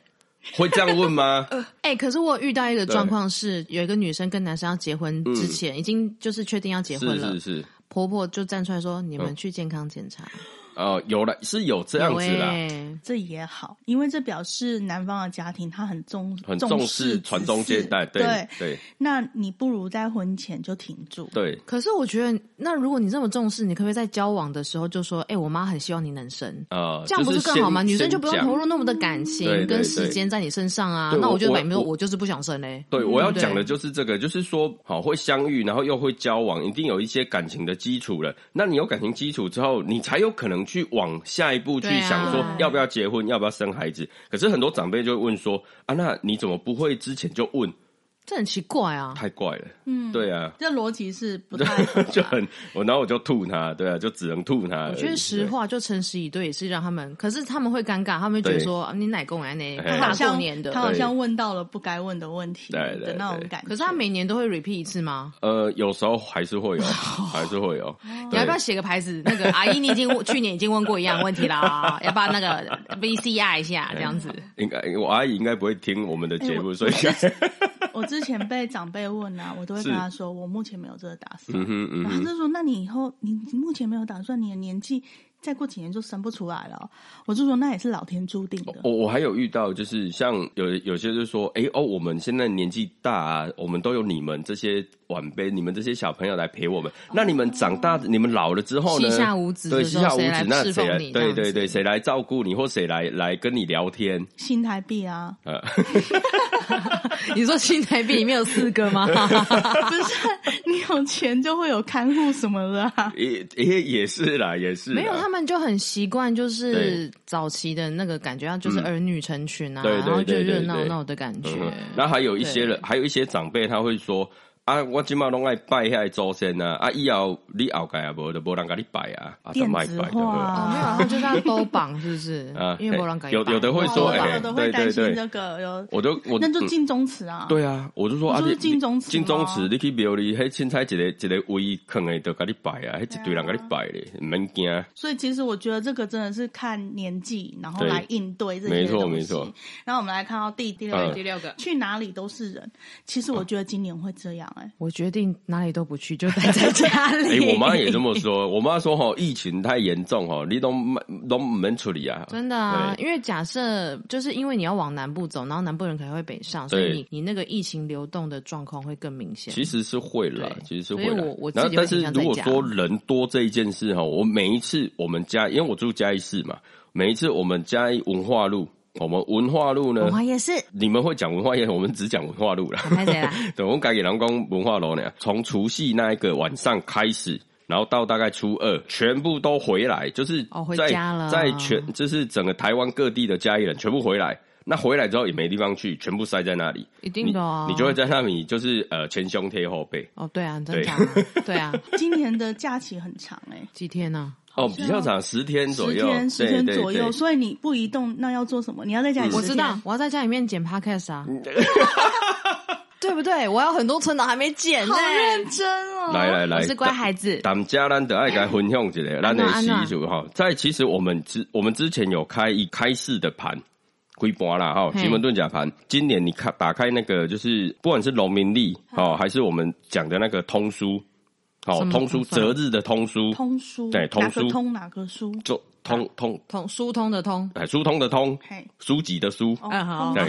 Speaker 2: 会这样问吗？
Speaker 1: 哎、可是我有遇到一个状况是，有一个女生跟男生要结婚之前，已经就是确定要结婚
Speaker 2: 嗯是
Speaker 1: 了，
Speaker 2: 是是，
Speaker 1: 婆婆就站出来说：“你们
Speaker 2: 嗯
Speaker 1: 去健康检查。
Speaker 2: 哦、有了，是有这样
Speaker 1: 有
Speaker 2: 子
Speaker 1: 欸
Speaker 2: 啦，
Speaker 3: 这也好，因为这表示男方的家庭他很重
Speaker 2: 很重视
Speaker 3: 视
Speaker 2: 传
Speaker 3: 子
Speaker 2: 宗接
Speaker 3: 嗣
Speaker 2: 代，对
Speaker 3: 对
Speaker 2: 对
Speaker 3: 那你不如在婚前就停住。
Speaker 2: 对，
Speaker 1: 可是我觉得，那如果你这么重视，你可不可以在交往的时候就说：“哎、我妈很希望你能生。”
Speaker 2: 呃，
Speaker 1: 这样不是更好吗？
Speaker 2: 就
Speaker 1: 女
Speaker 2: 是先
Speaker 1: 生就不用
Speaker 2: 先讲
Speaker 1: 投入那么的感情
Speaker 2: 对对
Speaker 1: 跟
Speaker 2: 对
Speaker 1: 时间在你身上啊
Speaker 2: 对。
Speaker 1: 那
Speaker 2: 我
Speaker 1: 我就
Speaker 2: 我
Speaker 1: 摆明说，
Speaker 2: 我
Speaker 1: 我就是不想生欸嘞。
Speaker 2: 对，我要讲的
Speaker 1: 嗯对
Speaker 2: 就是这个，就是说，好会相遇，然后又会交往，一定有一些感情的基础了。那你有感情基础之后，你才有可能去往下一步去
Speaker 1: 对啊
Speaker 2: 想说要不要结婚，要不要生孩子。可是很多长辈就会问说啊，那你怎么不会之前就问？
Speaker 1: 这很奇怪啊。
Speaker 2: 太怪了，嗯，对啊，
Speaker 3: 这逻辑是不 太
Speaker 2: 就很我，然后我就吐他，对啊，就只能吐他而已。
Speaker 1: 我觉得实话就诚实以对，也是让他们，可是他们会尴尬，他们会觉得说啊你奶公来呢，
Speaker 2: 哎
Speaker 3: 他好
Speaker 1: 大过
Speaker 3: 像
Speaker 1: 年的
Speaker 3: 他。好
Speaker 2: 对
Speaker 3: 像问到了不该问的问题
Speaker 2: 对对
Speaker 3: 的那
Speaker 2: 对
Speaker 3: 种感觉。
Speaker 1: 可是他每年都会 repeat 一次吗？
Speaker 2: 呃，有时候还是 会有，哦还是会哦有。
Speaker 1: 哦你要不要写个牌子？ 那个阿姨，你已经去年已经问过一样问题啦，要不要那个 VCR 一下这样子？
Speaker 2: 应该我阿姨应该不会听我们的节
Speaker 3: 哎
Speaker 2: 目，
Speaker 3: 我
Speaker 2: 所以应该
Speaker 3: 我之前被长辈问 啊，我都会
Speaker 2: 是
Speaker 3: 跟他说，我目前没有这个打算。
Speaker 2: 嗯哼嗯
Speaker 3: 然后
Speaker 2: 哼
Speaker 3: 他就说：“那你以后你你目前没有打算，你的年纪再过几年就生不出来了哦、我就说：“那也是老天注定的。
Speaker 2: 我我还有遇到，就是像有有些就说，哎、哦，我们现在年纪大、啊，我们都有你们这些晚辈，你们这些小朋友来陪我们。那你们长大，你们老了之后呢？
Speaker 1: 哦膝下无子
Speaker 2: 对，
Speaker 1: 的时
Speaker 2: 膝
Speaker 1: 候
Speaker 2: 下无
Speaker 1: 谁来
Speaker 2: 子，那
Speaker 1: 侍
Speaker 2: 谁
Speaker 1: 奉
Speaker 2: 来？
Speaker 1: 你
Speaker 2: 对
Speaker 1: 这
Speaker 2: 对
Speaker 1: 样
Speaker 2: 对，谁来照顾你，或谁来来跟你聊天？
Speaker 3: 新台币啊，
Speaker 2: 呃，
Speaker 1: 你说新台币里面有四个 吗？
Speaker 3: 不是你有钱就会有看护什么的、啊。
Speaker 2: 也也也是啦，也是啦
Speaker 1: 没有，他们就很习惯，就
Speaker 2: 对
Speaker 1: 是早期的那个感觉，就是
Speaker 2: 嗯
Speaker 1: 儿女成群啊，
Speaker 2: 对对
Speaker 1: 然后就
Speaker 2: 对对
Speaker 1: 热闹
Speaker 2: 对
Speaker 1: 闹的感觉。
Speaker 2: 嗯那还有一些人，
Speaker 1: 对
Speaker 2: 还有一些长辈他会说。啊，我今嘛拢爱拜遐祖先啊！啊，以后你后盖啊，无就无人甲你拜啊，啊，就
Speaker 3: 电
Speaker 2: 卖
Speaker 3: 子
Speaker 2: 拜就
Speaker 3: 化
Speaker 2: 好了
Speaker 1: 哦，没有，他们就这样兜绑，是不是
Speaker 2: 啊？
Speaker 1: 因为没人敢
Speaker 2: 有有的会说
Speaker 1: 兜绑
Speaker 2: 哎
Speaker 3: 有的会担心这个，有
Speaker 2: 我就我
Speaker 3: 那就
Speaker 2: 嗯
Speaker 3: 进宗祠啊。
Speaker 2: 对啊，我就说
Speaker 3: 你
Speaker 2: 啊，
Speaker 3: 说是
Speaker 2: 你
Speaker 3: 金钟祠
Speaker 2: 金钟祠
Speaker 3: 吗
Speaker 2: 你去庙里，迄凊彩一个一个位坑诶，都甲你拜啊，迄一堆人甲你拜咧，毋免 惊。
Speaker 3: 所以其实我觉得这个真的是看年纪，然后
Speaker 2: 对
Speaker 3: 来应对这些
Speaker 2: 没错
Speaker 3: 东西
Speaker 2: 没错。
Speaker 3: 然后我们来看到第第六
Speaker 2: 嗯
Speaker 3: 个，
Speaker 1: 六个，
Speaker 3: 去哪里都是人。其实我觉得今年会这样、哎、
Speaker 1: 我决定哪里都不去，就待在家
Speaker 2: 诶、
Speaker 1: 里。
Speaker 2: 哎我妈也这么说， 我妈说吼，疫情太严重吼，你都莫都毋免出去啊。
Speaker 1: 真的啊，因为假设就是因为你要往南部走，然后南部人可能会北上，所以
Speaker 2: 对
Speaker 1: 你你那个疫情流动的状况会更明显。
Speaker 2: 其实是会啦，
Speaker 1: 对
Speaker 2: 其实是会啦。
Speaker 1: 所以我我自己
Speaker 2: 然后，
Speaker 1: 会
Speaker 2: 但
Speaker 1: 倾
Speaker 2: 是
Speaker 1: 向
Speaker 2: 如
Speaker 1: 在
Speaker 2: 果
Speaker 1: 家
Speaker 2: 说人多这一件事哈，我每一次我们家，因为我住嘉义市嘛，每一次我们嘉义文化路，我们文化路呢，
Speaker 1: 文化夜市，
Speaker 2: 你们会讲文化夜，我们只讲文化路啦。
Speaker 1: 拍谁啊 啦？
Speaker 2: 对，我们改给南宫文化楼呢，从除夕那一个晚上开始。然后到大概初二，全部都回来，就是在、
Speaker 1: 哦回家了
Speaker 2: 在全就是整个台湾各地的家里人全部回来。那回来之后也没地方去，全部塞在那里。
Speaker 1: 一定的啊
Speaker 2: 你你就会在那里就是呃前胸贴后背
Speaker 1: 哦，对啊，真的啊，对啊，
Speaker 3: 今年的假期很长、哎。
Speaker 1: 几天啊呢？
Speaker 2: 哦，比较长十天 左
Speaker 3: 十
Speaker 2: 右，
Speaker 3: 天十天
Speaker 2: 对
Speaker 3: 左右，
Speaker 2: 对对嗯
Speaker 3: 所以你不移动，那要做什么？你要在家里、
Speaker 1: 我知道，，我要在家里面剪 podcast 啊， 对不对？我要很多存档还没剪呢
Speaker 3: 好。认真哦。
Speaker 2: 来来来，
Speaker 1: 我是乖孩子，
Speaker 2: 咱家咱得爱该分享一个，咱的习俗哈。在其实我们之我们之前有开一开市的盘，规盘啦哈，
Speaker 1: 嘿
Speaker 2: 奇门遁甲盘。今年你看打开那个，就是不管是农民历哦，还是我们讲的那个通书，好
Speaker 1: 什么
Speaker 2: 通书
Speaker 1: 通啊法
Speaker 2: 择日的通书，
Speaker 3: 通书，
Speaker 2: 对通
Speaker 3: 哪个
Speaker 2: 书
Speaker 3: 通哪个书？
Speaker 2: 就
Speaker 1: 啊
Speaker 2: 通通
Speaker 1: 通疏通的通，
Speaker 2: 哎疏通的通，
Speaker 3: 嘿，
Speaker 2: 书籍的书，
Speaker 3: 哦
Speaker 1: 嗯好
Speaker 3: 哦
Speaker 2: 对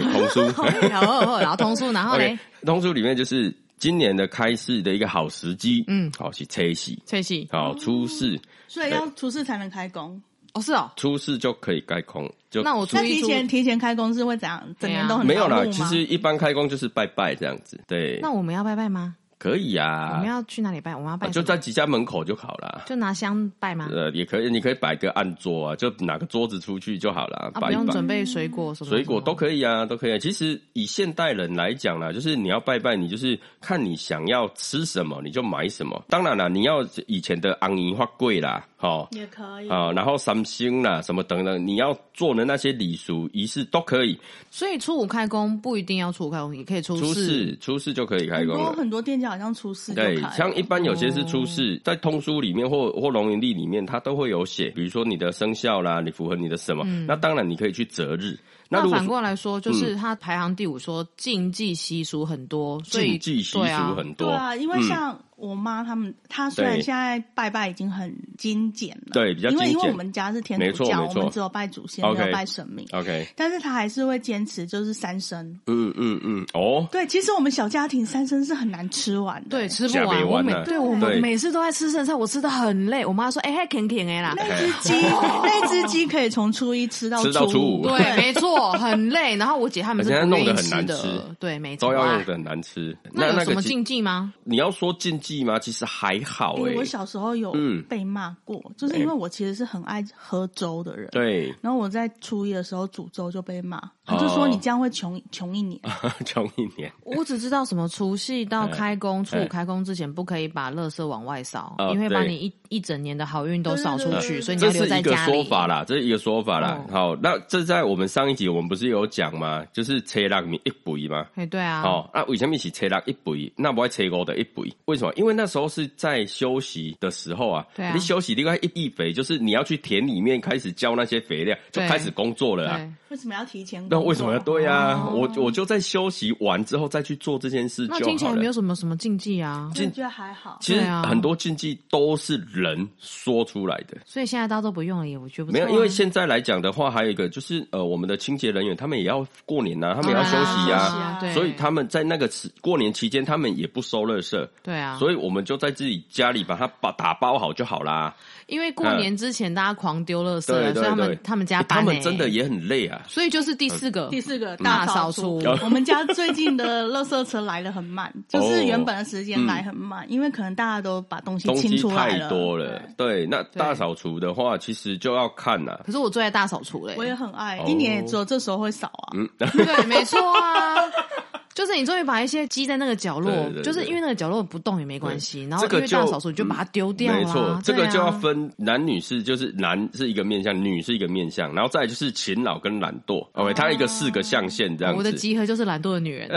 Speaker 2: 通书。
Speaker 1: 然后然后通疏，然后
Speaker 2: OK，
Speaker 1: 嘞，
Speaker 2: 通书里面就是今年的开市的一个好时机，
Speaker 1: 嗯
Speaker 2: 好是车喜，
Speaker 1: 翠喜，
Speaker 2: 好出市，
Speaker 3: 所以要出事才能开工。
Speaker 1: 哦是哦，
Speaker 2: 出市就可以开空，就
Speaker 1: 那我
Speaker 3: 那
Speaker 1: 初一
Speaker 3: 提
Speaker 1: 初
Speaker 3: 前提前开工是会怎样？整
Speaker 1: 啊
Speaker 3: 年都很
Speaker 2: 没有
Speaker 3: 忙
Speaker 2: 啦
Speaker 3: 碌，
Speaker 2: 其
Speaker 3: 吗
Speaker 2: 实一般开工就是拜拜这样子，对，
Speaker 1: 那我们要拜拜吗？
Speaker 2: 可以
Speaker 1: 我
Speaker 2: 啊
Speaker 1: 们，要去哪里拜？我们要拜
Speaker 2: 就
Speaker 1: 什么
Speaker 2: 在几家门口就好啦。
Speaker 1: 就拿香拜吗？
Speaker 2: 呃，也可以，你可以摆个暗桌啊，就拿个桌子出去就好啦，
Speaker 1: 啊，
Speaker 2: 摆
Speaker 1: 不
Speaker 2: 一
Speaker 1: 用
Speaker 2: 摆。
Speaker 1: 准备水果什么，
Speaker 2: 水果都
Speaker 1: 以。
Speaker 2: 可以啊，都可以、啊。其实以现代人来讲啦，就是你要拜拜，你就是看你想要吃什么，你就买什么。当然啦，你要以前的昂姨花贵啦，哦
Speaker 3: 也可
Speaker 1: 嗯
Speaker 3: 以。
Speaker 2: 啊、然后三星啦什么等等，你要做的那些礼俗仪式都可以，
Speaker 1: 所以初五开工不一定要初五开工，也可以初
Speaker 2: 初
Speaker 1: 四。
Speaker 2: 四初四就可以开
Speaker 3: 很
Speaker 2: 工
Speaker 3: 多
Speaker 2: 了。
Speaker 3: 很多店家好像出事就
Speaker 2: 对
Speaker 3: 开，了
Speaker 2: 像一般有些是出世，在通书里面或或龙云历里面，它都会有写，比如说你的生肖啦，你符合你的什么，那当然你可以去择日。那
Speaker 1: 嗯那
Speaker 2: 如果嗯
Speaker 1: 反过来说，就是它排行第五，说禁忌习俗很多，所以
Speaker 2: 禁忌习
Speaker 1: 对啊
Speaker 2: 俗很多，嗯
Speaker 3: 对啊，因为像我妈他们，她虽然
Speaker 2: 对
Speaker 3: 现在拜拜已经很精简了，
Speaker 2: 对比较
Speaker 3: 因为
Speaker 2: 精
Speaker 3: 因为
Speaker 2: 简
Speaker 3: 我们家是天
Speaker 2: 没
Speaker 3: 主
Speaker 2: 错
Speaker 3: 教，
Speaker 2: 没
Speaker 3: 我
Speaker 2: 错
Speaker 3: 们只有拜祖先，没有
Speaker 2: OK
Speaker 3: 拜神明，
Speaker 2: OK，
Speaker 3: 但是她还是会坚持就是三牲。
Speaker 2: 嗯嗯嗯，哦，
Speaker 3: 对，其实我们小家庭三牲是很难吃完的，
Speaker 1: 对，吃不
Speaker 2: 假
Speaker 1: 完。
Speaker 2: 没
Speaker 1: 我
Speaker 2: 完
Speaker 1: 每
Speaker 2: 啊
Speaker 1: 对我
Speaker 2: 对
Speaker 1: 们每次都在吃剩菜，我吃的很累。我妈说：“哎、还啃啃哎 啦。
Speaker 3: 那只鸡，那只鸡可以从初一吃到
Speaker 2: 吃到初
Speaker 3: 五，
Speaker 2: 五”
Speaker 1: 对，没错，很累。然后我姐他们是
Speaker 2: 而且它
Speaker 1: 不
Speaker 2: 弄
Speaker 1: 愿
Speaker 2: 得
Speaker 1: 意
Speaker 2: 很难
Speaker 1: 的
Speaker 2: 吃，
Speaker 1: 对，没错
Speaker 2: 都要
Speaker 1: 啊。
Speaker 2: 用的很难吃。
Speaker 1: 那有
Speaker 2: 那
Speaker 1: 什
Speaker 2: 个
Speaker 1: 么
Speaker 2: 其
Speaker 1: 禁忌吗？
Speaker 2: 你要说禁忌吗？其实还好
Speaker 3: 哎
Speaker 2: 哎、
Speaker 3: 我小时候有
Speaker 2: 嗯哎
Speaker 3: 被骂过，就是因为我其实是很爱喝粥的人。
Speaker 2: 对，
Speaker 3: 然后我在初一的时候煮粥就被骂，
Speaker 2: 哦啊
Speaker 3: 他就说你这样会穷穷一年。
Speaker 2: 穷一年。
Speaker 1: 我只知道什么除夕到
Speaker 2: 哎
Speaker 1: 开工，初
Speaker 2: 哎
Speaker 1: 五开工之前不可以把垃圾往外扫，
Speaker 2: 哦
Speaker 1: 因为把
Speaker 2: 对
Speaker 1: 你一一整年的好运都扫出
Speaker 3: 对对对
Speaker 1: 去，
Speaker 3: 对
Speaker 1: 所以你要
Speaker 2: 这
Speaker 1: 留
Speaker 2: 是
Speaker 1: 在
Speaker 2: 一个
Speaker 1: 家
Speaker 2: 说
Speaker 1: 里。
Speaker 2: 法啦，这是一个说法啦。
Speaker 1: 哦
Speaker 2: 好，那这在我们上一集我们不是有讲吗？就是车浪米一肥吗？
Speaker 1: 哎，对啊，
Speaker 2: 哦，那为什么是车六一肥？那不爱车五的一肥？为什么？因为那时候是在休息的时候啊，
Speaker 1: 对啊
Speaker 2: 你休息另外一一肥，就是你要去田里面开始浇那些肥料，就
Speaker 1: 对
Speaker 2: 开始工作了啊。
Speaker 1: 对。
Speaker 3: 为什么要提前工
Speaker 2: 那
Speaker 3: 作？
Speaker 2: 为什么要对啊？
Speaker 1: 哦
Speaker 2: 我我就在休息完之后再去做这件事
Speaker 1: 那
Speaker 2: 就
Speaker 1: 听起
Speaker 2: 好
Speaker 1: 来
Speaker 2: 了
Speaker 1: 没有。什么什么禁忌
Speaker 2: 嗯
Speaker 1: 啊，
Speaker 3: 我也觉得还好。
Speaker 2: 其实
Speaker 1: 对啊
Speaker 2: 很多禁忌都是人说出来的，
Speaker 1: 所以现在大家都不用了耶，我觉得不
Speaker 2: 没
Speaker 1: 错啊
Speaker 2: 有，因为现在来讲的话，还有一个就是呃，我们的清洁人员他们也要过年呐、他们也要休息
Speaker 1: 当
Speaker 2: 呀、
Speaker 3: 啊
Speaker 1: 然啦
Speaker 3: 对
Speaker 2: 所以他们在那个时过年期间，他们也不收垃圾，
Speaker 1: 对啊，
Speaker 2: 所以我们就在自己家里把它把打包好就好啦。
Speaker 1: 因为过年之前大家狂丢垃圾
Speaker 2: 嗯对
Speaker 1: 了，
Speaker 2: 对
Speaker 1: 啊所以他
Speaker 2: 对
Speaker 1: 们他们加欸
Speaker 2: 他
Speaker 1: 班呢
Speaker 2: 们真的，也嗯很累啊。
Speaker 1: 所以就是第四个
Speaker 3: 第四个
Speaker 1: 大
Speaker 3: 扫
Speaker 1: 扫除
Speaker 3: 我们家最近的垃圾车来的很慢， 就是原本的时间来很慢，因为可能大家都把东西
Speaker 2: 哦嗯东
Speaker 3: 清
Speaker 2: 西
Speaker 3: 出来
Speaker 2: 太
Speaker 3: 了。
Speaker 2: 多了，对。那大扫除的话，其实就要看啊呐、
Speaker 1: 可是我最爱大扫除嘞
Speaker 3: 我，也很爱，
Speaker 2: 哦嗯
Speaker 3: 一年也只有这时候会扫啊。
Speaker 1: 对，没错啊。就是你终于把一些积在那个角落，
Speaker 2: 对对对
Speaker 1: 就是因为那个角落不动也没关系，然后
Speaker 2: 这
Speaker 1: 因
Speaker 2: 个
Speaker 1: 为
Speaker 2: 就
Speaker 1: 大扫除你就把它丢掉啦。
Speaker 2: 没错，这
Speaker 1: 对
Speaker 2: 个
Speaker 1: 啊
Speaker 2: 就要分男女是，就是男是一个面向，女是一个面向，然后再来就是勤劳跟懒惰。OK，它一个四个象限这样
Speaker 1: 啊我的
Speaker 2: 子。
Speaker 1: 集合就是懒惰的女 人，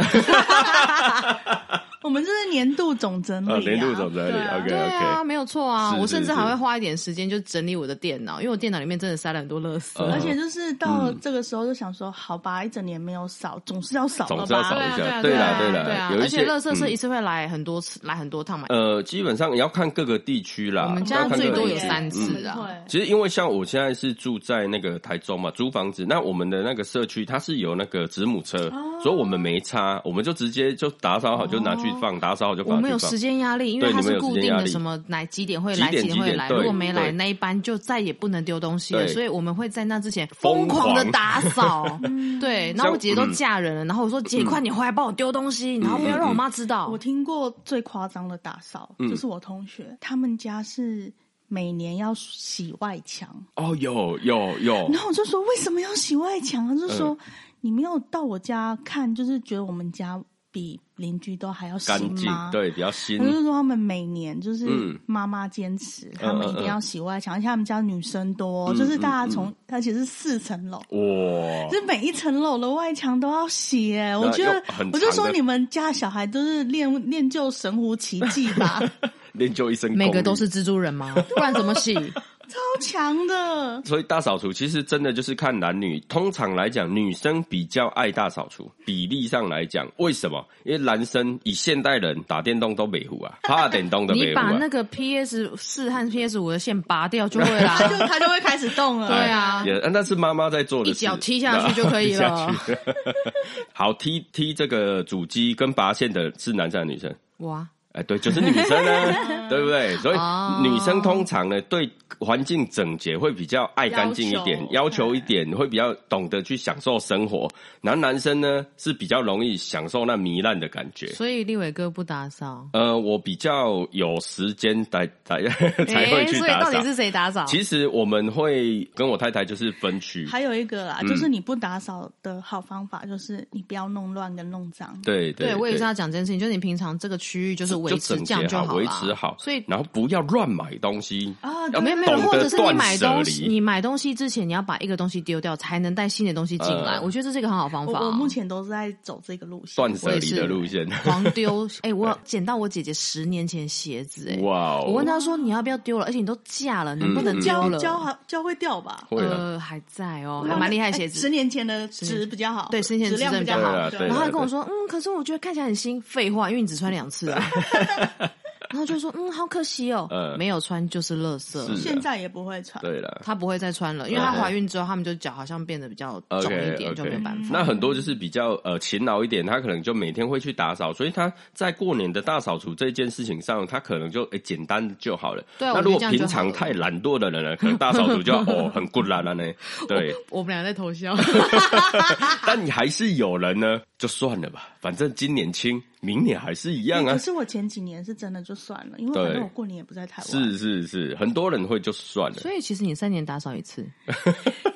Speaker 3: 我们这是年度总整理、啊
Speaker 2: 啊年度总整理
Speaker 3: 对啊
Speaker 2: OK
Speaker 1: 对啊，没有错啊。
Speaker 2: 是
Speaker 1: 我甚
Speaker 2: 是
Speaker 1: 至还
Speaker 2: 是
Speaker 1: 会花一点时间就整理我的电脑，因为我电脑里面真的塞了很多垃圾。
Speaker 2: 呃
Speaker 3: 而且就是到
Speaker 2: 嗯
Speaker 3: 了这个时候就想说，好吧，一整年没有扫，总是要扫
Speaker 2: 总
Speaker 3: 了
Speaker 2: 是要
Speaker 3: 吧？
Speaker 2: 扫一
Speaker 1: 对啊
Speaker 2: 下，
Speaker 1: 对
Speaker 2: 啦
Speaker 1: 啊
Speaker 2: 对
Speaker 1: 对啊对
Speaker 2: 啦，
Speaker 1: 啊
Speaker 2: 有一
Speaker 1: 而且
Speaker 2: 些
Speaker 1: 乐色社
Speaker 2: 嗯
Speaker 1: 一次会来很多次，来很多趟嘛。
Speaker 2: 呃，基本上也要看各个地区啦。
Speaker 1: 我们家
Speaker 2: 要看
Speaker 1: 最
Speaker 2: 各个
Speaker 1: 多
Speaker 2: 地
Speaker 1: 有
Speaker 2: 区
Speaker 1: 三次
Speaker 2: 嗯
Speaker 1: 啊
Speaker 3: 对，
Speaker 2: 其实因为像我现在是住在那个台中嘛，租房子，那我们的那个社区它是有那个子母车，所以我们没差，我们就直接就打扫好就拿去放，打扫好就
Speaker 1: 我
Speaker 2: 把它
Speaker 1: 们
Speaker 2: 去
Speaker 1: 有
Speaker 2: 放
Speaker 1: 时。间压力，因
Speaker 2: 啊对
Speaker 1: 为它
Speaker 2: 你
Speaker 1: 是
Speaker 2: 们有时
Speaker 1: 固
Speaker 2: 间
Speaker 1: 定
Speaker 2: 压
Speaker 1: 的，
Speaker 2: 力
Speaker 1: 什么来几点会来，
Speaker 2: 几点
Speaker 1: 几点会来。
Speaker 2: 几点对
Speaker 1: 如果没来
Speaker 2: 对
Speaker 1: 那一班，就再也不能丢东西了。
Speaker 2: 对
Speaker 1: 所以我们会在那之前
Speaker 2: 疯
Speaker 1: 疯
Speaker 2: 狂
Speaker 1: 狂的打扫。 对，然后我姐姐都
Speaker 2: 嗯
Speaker 1: 嫁人了，然后我说姐，快点回来帮我丢东西，然后不要让我妈知道
Speaker 3: 我。听过最夸张的打扫，
Speaker 2: 嗯
Speaker 3: 就是我同学，他们家是每年要洗外墙，
Speaker 2: 哦，有有有
Speaker 3: 然，后我就说为什么要洗外墙？他啊就说、
Speaker 2: 嗯
Speaker 3: 你没有到我家看，就是觉得我们家比邻居都还要
Speaker 2: 干
Speaker 3: 新
Speaker 2: 净
Speaker 3: 吗？。
Speaker 2: 对，比较新
Speaker 3: 他。就说他们每年就
Speaker 2: 嗯
Speaker 3: 是妈妈坚持，他们一定要洗外墙，而且他们家女生多，
Speaker 2: 嗯
Speaker 3: 就是大家从、而且是四层楼。
Speaker 2: 哇，
Speaker 3: 就是每一层楼的外墙都要洗耶、我觉
Speaker 2: 又
Speaker 3: 得
Speaker 2: 很长的
Speaker 3: 我就说你们家小孩都是练练就神乎其技 吧，
Speaker 2: 练就一身功
Speaker 1: 每个
Speaker 2: 力
Speaker 1: 都是蜘蛛人吗？不然怎么 洗？
Speaker 3: 超强的。
Speaker 2: 所以大扫除其实真的就是看男女，通常来讲，女生比较爱大扫除，比例上来讲，为什么？因为男生以现代人打电动都北湖啊，怕电动的
Speaker 1: 你
Speaker 2: 北湖
Speaker 1: 把
Speaker 2: 啊
Speaker 1: 那。个 PS 四和 PS 五的线拔掉就会 啦
Speaker 3: 他。就他就会开始动了，
Speaker 1: 对啊，
Speaker 2: 哎也，那是妈妈在做的
Speaker 1: 一
Speaker 2: 事，
Speaker 1: 脚踢下去就可以了
Speaker 2: 一脚踢下去。 好，踢踢这个主机跟拔线的是男生还是女生？
Speaker 1: 哇，
Speaker 2: 哎，对，就是女生 呢，对不对？所以
Speaker 1: 哦
Speaker 2: 女生通常呢，对环境整洁会比较爱干净一点，要
Speaker 3: 要求
Speaker 2: 求
Speaker 1: 嗯
Speaker 2: 一点，会比较懂得去享受生活。然后男生呢，是比较容易享受那糜烂的感觉。
Speaker 1: 所以立伟哥不打扫，
Speaker 2: 呃，我比较有时间才才 才会
Speaker 1: 诶
Speaker 2: 去
Speaker 1: 所以
Speaker 2: 打
Speaker 1: 到
Speaker 2: 扫
Speaker 1: 底。是谁打扫？
Speaker 2: 其实我们会跟我太太就是分区，
Speaker 3: 还有一个
Speaker 2: 嗯
Speaker 3: 啦，就是你不打扫的好方法就是你不要弄乱跟弄脏。
Speaker 2: 对对
Speaker 1: 对，我也
Speaker 2: 对
Speaker 1: 是要讲这件事情，就是你平常这个区域就是维持，
Speaker 2: 整
Speaker 1: 这
Speaker 2: 洁
Speaker 1: 样就好
Speaker 2: 维
Speaker 1: 啦
Speaker 2: 持好，
Speaker 1: 所以
Speaker 2: 然后不要乱买东西
Speaker 3: 啊
Speaker 2: 要
Speaker 3: 对
Speaker 1: 没有没有，
Speaker 2: 呃懂
Speaker 1: 或
Speaker 2: 得
Speaker 1: 者是你
Speaker 2: 断
Speaker 1: 买
Speaker 2: 舍
Speaker 1: 东西，
Speaker 2: 离
Speaker 1: 你买东西之前你要把一个东西丢掉，才能带新的东西进来。
Speaker 2: 呃
Speaker 1: 我觉得这是一个很好的方
Speaker 3: 我
Speaker 1: 法。
Speaker 3: 我目前都是在走这个路线。
Speaker 2: 断舍离的路线。
Speaker 1: 狂丢，哎、我捡到我姐姐十年前鞋子、哎，
Speaker 2: 哇哦！嗯
Speaker 1: 我问她说你要不要丢了，而且你都嫁了，能不能丢
Speaker 3: 教
Speaker 1: 了？
Speaker 3: 教好教会掉吧，
Speaker 2: 会啊，
Speaker 1: 呃，还在哦，还蛮厉害的鞋
Speaker 3: 哎十
Speaker 1: 子。
Speaker 3: 年前的值比较好，
Speaker 1: 对十年前
Speaker 3: 质量
Speaker 1: 质
Speaker 3: 比较
Speaker 1: 量
Speaker 2: 对啊
Speaker 3: 好，
Speaker 2: 对
Speaker 1: 然后她
Speaker 2: 对
Speaker 1: 跟我说，嗯，可是我觉得看起来很新，废话，因为你只穿两 次啊。然后就说，嗯，好可惜哦，
Speaker 2: 呃
Speaker 1: 没有穿就是垃圾。
Speaker 2: 是嗯
Speaker 3: 现在也不会
Speaker 1: 呃
Speaker 3: 穿。
Speaker 2: 对了。
Speaker 1: 她不会再穿了，因为她怀孕之后，他们就脚好像变得比较重
Speaker 2: OK
Speaker 1: 一点
Speaker 2: OK，
Speaker 1: 就没有办法。
Speaker 2: 那很多就是比较呃勤劳一点，他可能就每天会去打扫，所以他在过年的大扫除这件事情上，他可能就、诶简单就好了。
Speaker 1: 对啊
Speaker 2: 那
Speaker 1: 我觉得
Speaker 2: 如果
Speaker 1: 这样就
Speaker 2: 平常
Speaker 1: 好了
Speaker 2: 太懒惰的人呢，可能大扫 除就要哦很困难了呢。对，
Speaker 1: 我们俩在偷笑。
Speaker 2: 但你还是有人呢，就算了吧，反正今年轻，明年还是一样
Speaker 3: 哎可
Speaker 2: 啊。
Speaker 3: 是我前几年是真的就算了，因为反
Speaker 2: 对
Speaker 3: 正我过年也不在台湾。
Speaker 2: 是是是，很多人会就算了。
Speaker 1: 所以其实你三年打扫一次，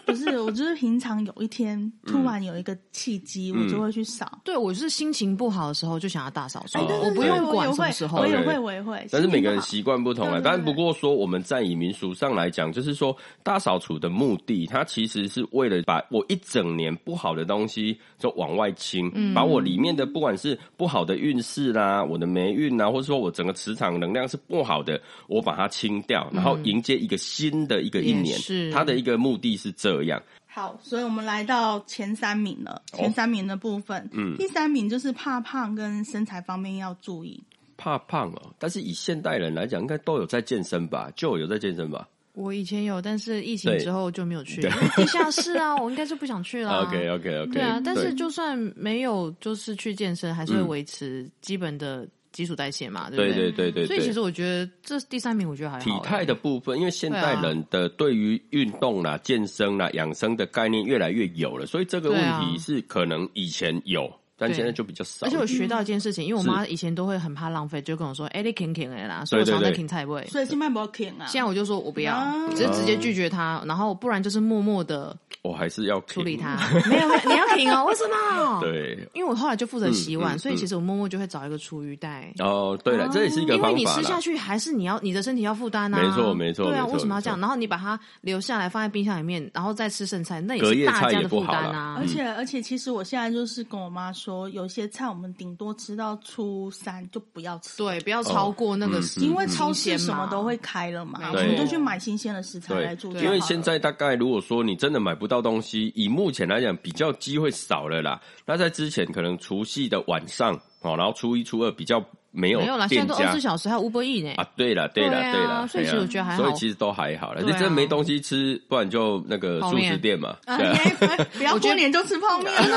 Speaker 3: 不是，我就是平常有一天突然有一个契机，
Speaker 2: 嗯
Speaker 3: 我就会去扫。
Speaker 1: 对我是心情不好的时候就想要大扫除，
Speaker 2: 哎对对
Speaker 1: 哦我不
Speaker 2: 对
Speaker 1: 用管
Speaker 3: 我也
Speaker 1: 什么
Speaker 3: 会
Speaker 1: 时，候
Speaker 3: 我。也
Speaker 2: OK
Speaker 3: 会，我也会。
Speaker 2: 但是每个人
Speaker 3: 心
Speaker 2: 习惯不同啊。
Speaker 3: 对对
Speaker 2: 但
Speaker 3: 对
Speaker 2: 不过说，我们在以民俗上来讲，就是说大扫除的目的，它其实是为了把我一整年不好的东西就往外清，
Speaker 1: 嗯
Speaker 2: 把我里面的不管是不好的运势啦，我的霉运啊，或者说我整个磁场能量是不好的，我把它清掉，然后迎接一个新的一个一
Speaker 1: 也
Speaker 2: 年。
Speaker 1: 是
Speaker 2: 它的一个目的是这样。
Speaker 3: 好，所以我们来到前三名了。
Speaker 2: 哦
Speaker 3: 前三名的部分，嗯，第三名就是怕胖跟身材方面要注意。
Speaker 2: 怕胖哦，但是以现代人来讲，应该都有在健身吧？就有在健身吧、
Speaker 1: 我以前有，但是疫情
Speaker 2: 对
Speaker 1: 之后就没有去，因
Speaker 2: 对
Speaker 1: 为地下室啊，我应该就不想去 了。
Speaker 2: o k OK OK。
Speaker 1: 对啊，但是就算没有，就是去健身，还是会维持基本的基础代谢嘛，对
Speaker 2: 对
Speaker 1: 不
Speaker 2: 对对对对。
Speaker 1: 所以其实我觉得这第三名我觉得还好。
Speaker 2: 体态的部分，因为现代
Speaker 1: 对啊
Speaker 2: 人的对于运动
Speaker 1: 嗯
Speaker 2: 啦、健身啦、养生的概念越来越有了，所以这个
Speaker 1: 对
Speaker 2: 问
Speaker 1: 啊
Speaker 2: 题是可能以前有，但
Speaker 1: 对
Speaker 2: 现在就比较少
Speaker 1: 而。且我学到一件事情，因为我妈以前都会很怕浪费，就跟我说：“哎，你啃啃哎啦。”所以我
Speaker 2: 对对
Speaker 1: 常在
Speaker 2: 对
Speaker 1: 啃菜味。
Speaker 3: 所以是脉搏 king 啊，
Speaker 1: 现在我就说我不要
Speaker 3: 啊，
Speaker 1: 只是直接拒绝她，然后不然就是默默的
Speaker 2: 我还是要
Speaker 1: 处
Speaker 2: 处
Speaker 1: 理它。。 没有，没有，你要停哦，为什么？，
Speaker 2: 对，
Speaker 1: 因为我后来就负责洗碗，
Speaker 2: 嗯嗯
Speaker 1: 所以其实我默默就会找一个厨余袋。
Speaker 2: 哦，对了，这也是一个
Speaker 1: 因为
Speaker 2: 方
Speaker 1: 你
Speaker 2: 法
Speaker 1: 吃下
Speaker 2: 啦。
Speaker 1: 去还是你要你的身体要负担啊，
Speaker 2: 没错没错
Speaker 1: 对啊，
Speaker 2: 没错
Speaker 1: 为什么要这样？
Speaker 2: 没
Speaker 1: 然后你把它留下来放在冰箱里面，然后再吃剩菜，那也
Speaker 2: 隔
Speaker 1: 是
Speaker 2: 夜
Speaker 1: 大
Speaker 2: 菜
Speaker 1: 家
Speaker 2: 也
Speaker 1: 的
Speaker 2: 不
Speaker 1: 负
Speaker 2: 好
Speaker 1: 担
Speaker 2: 啦
Speaker 1: 啊
Speaker 3: 而。且
Speaker 2: 嗯
Speaker 3: 而且，其实我现在就是跟我妈说，有些菜我们顶多吃到初三就不要吃，
Speaker 1: 对，不要超过那个时
Speaker 2: 嗯
Speaker 1: 间嘛，
Speaker 3: 因为超市什么都会开了嘛，我
Speaker 1: 对
Speaker 3: 们就去买新鲜的食材来
Speaker 2: 对
Speaker 3: 做就好
Speaker 2: 因
Speaker 3: 了。
Speaker 2: 为现 在大概如果说你真的买不到东西，以目前来讲比较机会少了啦。那在之前可能除夕的晚上哦，然后初一初二比较没有
Speaker 1: 没有啦，现在
Speaker 2: 店
Speaker 1: 都二
Speaker 2: 家
Speaker 1: 十四小时，还有 Uber E 呢。
Speaker 2: 啊，对了，对了，
Speaker 1: 对啊
Speaker 2: 了，
Speaker 1: 所以其实我觉得还好
Speaker 2: 所以其实都还好了，就
Speaker 1: 对啊
Speaker 2: 真没东西吃，不然就那个
Speaker 1: 泡
Speaker 2: 素
Speaker 1: 面
Speaker 2: 食店嘛，
Speaker 3: 啊，
Speaker 2: 对啊，
Speaker 3: 哎哎不要过年就吃泡面啊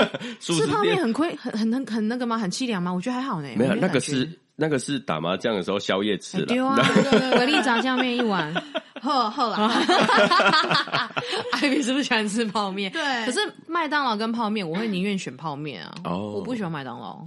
Speaker 3: 啦。
Speaker 2: 素
Speaker 1: 吃
Speaker 2: 食
Speaker 1: 泡面
Speaker 2: 店
Speaker 1: 很亏，很很很很那个吗？很凄凉吗？我觉得还好呢。
Speaker 2: 没有
Speaker 1: 我
Speaker 2: 那
Speaker 1: 感
Speaker 2: 个
Speaker 1: 觉
Speaker 2: 是那个是打麻将的时候宵夜吃
Speaker 1: 很丢
Speaker 2: 了，
Speaker 1: 啊，维力炸酱面一碗。
Speaker 3: 呵呵啦，
Speaker 1: 艾比是不是喜欢吃泡面？
Speaker 3: 对
Speaker 1: 可是麦当劳跟泡面，我会宁愿选泡面啊。
Speaker 2: 哦
Speaker 1: 我不喜欢麦当劳，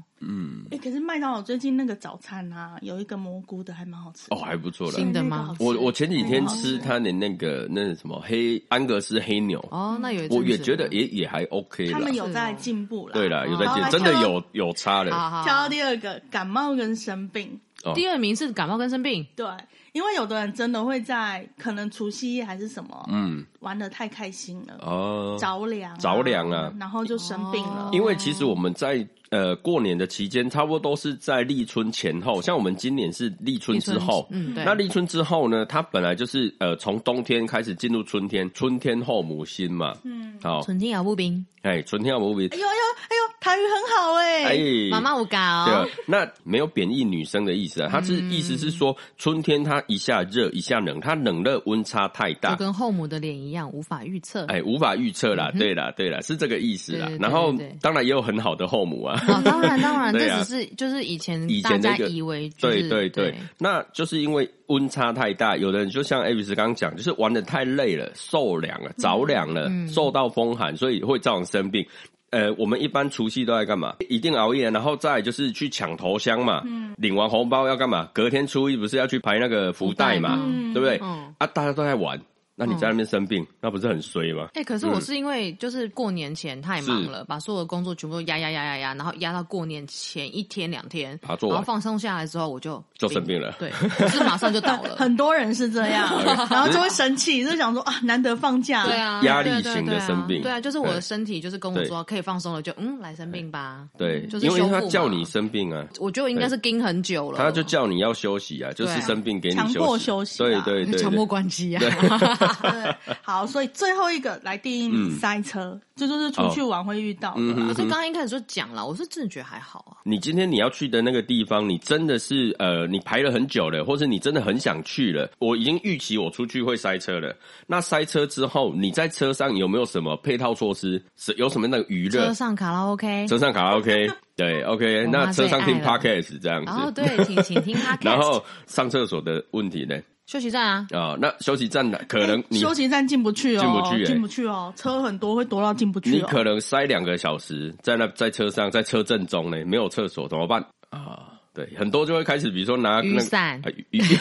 Speaker 3: 哎，可是麦当劳最近那个早餐啊，有一个蘑菇的还蛮好吃的
Speaker 2: 哦，还不错了。
Speaker 1: 新的哎
Speaker 3: 那个好
Speaker 1: 吗
Speaker 3: 吃？
Speaker 2: 我我前几天
Speaker 3: 嗯
Speaker 2: 吃他的那个那什么黑安格斯黑牛，
Speaker 1: 哦，那有一阵子
Speaker 2: 我也觉得也也还 OK
Speaker 3: 他
Speaker 2: 啦
Speaker 3: 们。有在进步啦。
Speaker 2: 对啦，有在
Speaker 3: 然后
Speaker 2: 见，
Speaker 3: 还
Speaker 2: 真的
Speaker 3: 挑
Speaker 2: 有有差了。
Speaker 1: 哦好好
Speaker 3: 挑
Speaker 1: 好
Speaker 3: 到第二个感冒跟生病。
Speaker 2: 哦
Speaker 1: 第二名是感冒跟生病，
Speaker 3: 对，因为有的人真的会在可能除夕夜还是什么，
Speaker 2: 嗯
Speaker 3: 玩的太开心了，
Speaker 2: 哦，
Speaker 3: 着凉啊
Speaker 2: 着凉啊
Speaker 3: 然后就生病了
Speaker 1: 哦。
Speaker 2: 因为其实我们在呃过年的期间，差不多都是在立春前后，像我们今年是立春之后，
Speaker 1: 立春嗯对
Speaker 2: 那立春之后呢，它本来就是呃从冬天开始进入春天，春天后母心嘛，嗯，好，
Speaker 1: 纯天摇步兵，
Speaker 2: 哎，春天后母心
Speaker 3: 哎，呦哎呦哎呦，台语很好哎、
Speaker 2: 哎，
Speaker 1: 妈妈我
Speaker 2: 对啊
Speaker 1: 搞，，
Speaker 2: 那没有贬义女生的意思啊，它是意思是说春天它一下热一下冷，它冷热温差太
Speaker 1: 就
Speaker 2: 大，
Speaker 1: 跟后母的脸一样，无法预测。
Speaker 2: 哎，无法预测啦，对啦，对啦，是这个意思啦
Speaker 1: 嗯对对。对
Speaker 2: 然后
Speaker 1: 对对
Speaker 2: 当然也有很好的后母啊，
Speaker 1: 哦，当然当然，
Speaker 2: 对
Speaker 1: 这
Speaker 2: 啊
Speaker 1: 只是就是以前
Speaker 2: 以
Speaker 1: 大
Speaker 2: 前的
Speaker 1: 家
Speaker 2: 一个
Speaker 1: 以为就
Speaker 2: 对
Speaker 1: 是
Speaker 2: 对对，那就是因为温差太大，有的人就像 Avis 刚刚讲，就是玩的太累了，受凉了，着凉了，受到风寒，所以会造成生病。呃，我们一般除夕都在干嘛？一定熬夜，然后再来就是去抢头香嘛。领完红包要干嘛？隔天初一不是要去排那个福袋嘛，
Speaker 1: 福袋
Speaker 2: 对不对？
Speaker 1: 嗯
Speaker 2: 啊，大家都在玩，那你在那边生病，那不是很衰吗？
Speaker 1: 哎、可是我是因为就是过年前太忙
Speaker 2: 嗯是
Speaker 1: 了，把所有的工作全部都压压压压压，然后压到过年前一天两天，
Speaker 2: 把它做完
Speaker 1: 然后放松下来之后，我就
Speaker 2: 就生病了
Speaker 1: 对，我是马上就倒了。
Speaker 3: 很多人是这 样，然后就会生气，就想说啊，难得放假，
Speaker 1: 对啊，
Speaker 2: 压力
Speaker 1: 对对
Speaker 2: 型的
Speaker 1: 对啊
Speaker 2: 生病
Speaker 1: 对啊，就是我
Speaker 2: 对
Speaker 1: 的身体就是跟我
Speaker 2: 对
Speaker 1: 说可以放松了，就嗯来生病吧。
Speaker 2: 对，
Speaker 1: 就是
Speaker 2: 因为
Speaker 1: 修复
Speaker 2: 他
Speaker 1: 嘛
Speaker 2: 叫你生病啊，
Speaker 1: 我觉得应该是盯很久了，
Speaker 2: 他就叫你要休息啊，就是生病给你
Speaker 3: 强迫休息
Speaker 2: 对
Speaker 3: 啊
Speaker 2: 对对，
Speaker 1: 强
Speaker 2: 对嗯
Speaker 1: 迫关机啊。
Speaker 3: 对，好，所以最后一个来第一
Speaker 2: 嗯
Speaker 3: 名塞车，这就是出去玩会遇到的啦。
Speaker 2: 哦
Speaker 1: 可是刚刚一开始就讲了，我是真的觉得还好啊。
Speaker 2: 你今天你要去的那个地方，你真的是呃，你排了很久了，或是你真的很想去了，我已经预期我出去会塞车了。那塞车之后，你在车上有没有什么配套措施？是有什么那个娱乐
Speaker 1: 车？上卡拉 OK，
Speaker 2: 车上卡拉 OK，对 OK，
Speaker 1: 我妈
Speaker 2: 那车上听
Speaker 1: 最爱了
Speaker 2: Podcast 这样
Speaker 1: 然后
Speaker 2: 子。
Speaker 1: 对，请请听他
Speaker 2: 然后上厕所的问题呢？
Speaker 1: 休息站啊，
Speaker 2: 啊、那休息站的可能
Speaker 3: 哎
Speaker 2: 你
Speaker 3: 休息站进不去哦，
Speaker 2: 进不去哎
Speaker 3: 进不去哦，车很多会多到进不去
Speaker 2: 你
Speaker 3: 哦。
Speaker 2: 可能塞两个小时在那在车上，在车阵中呢，没有厕所怎么办啊？对，很多就会开始，比如说拿
Speaker 1: 雨
Speaker 2: 那个
Speaker 1: 伞
Speaker 2: 啊雨雨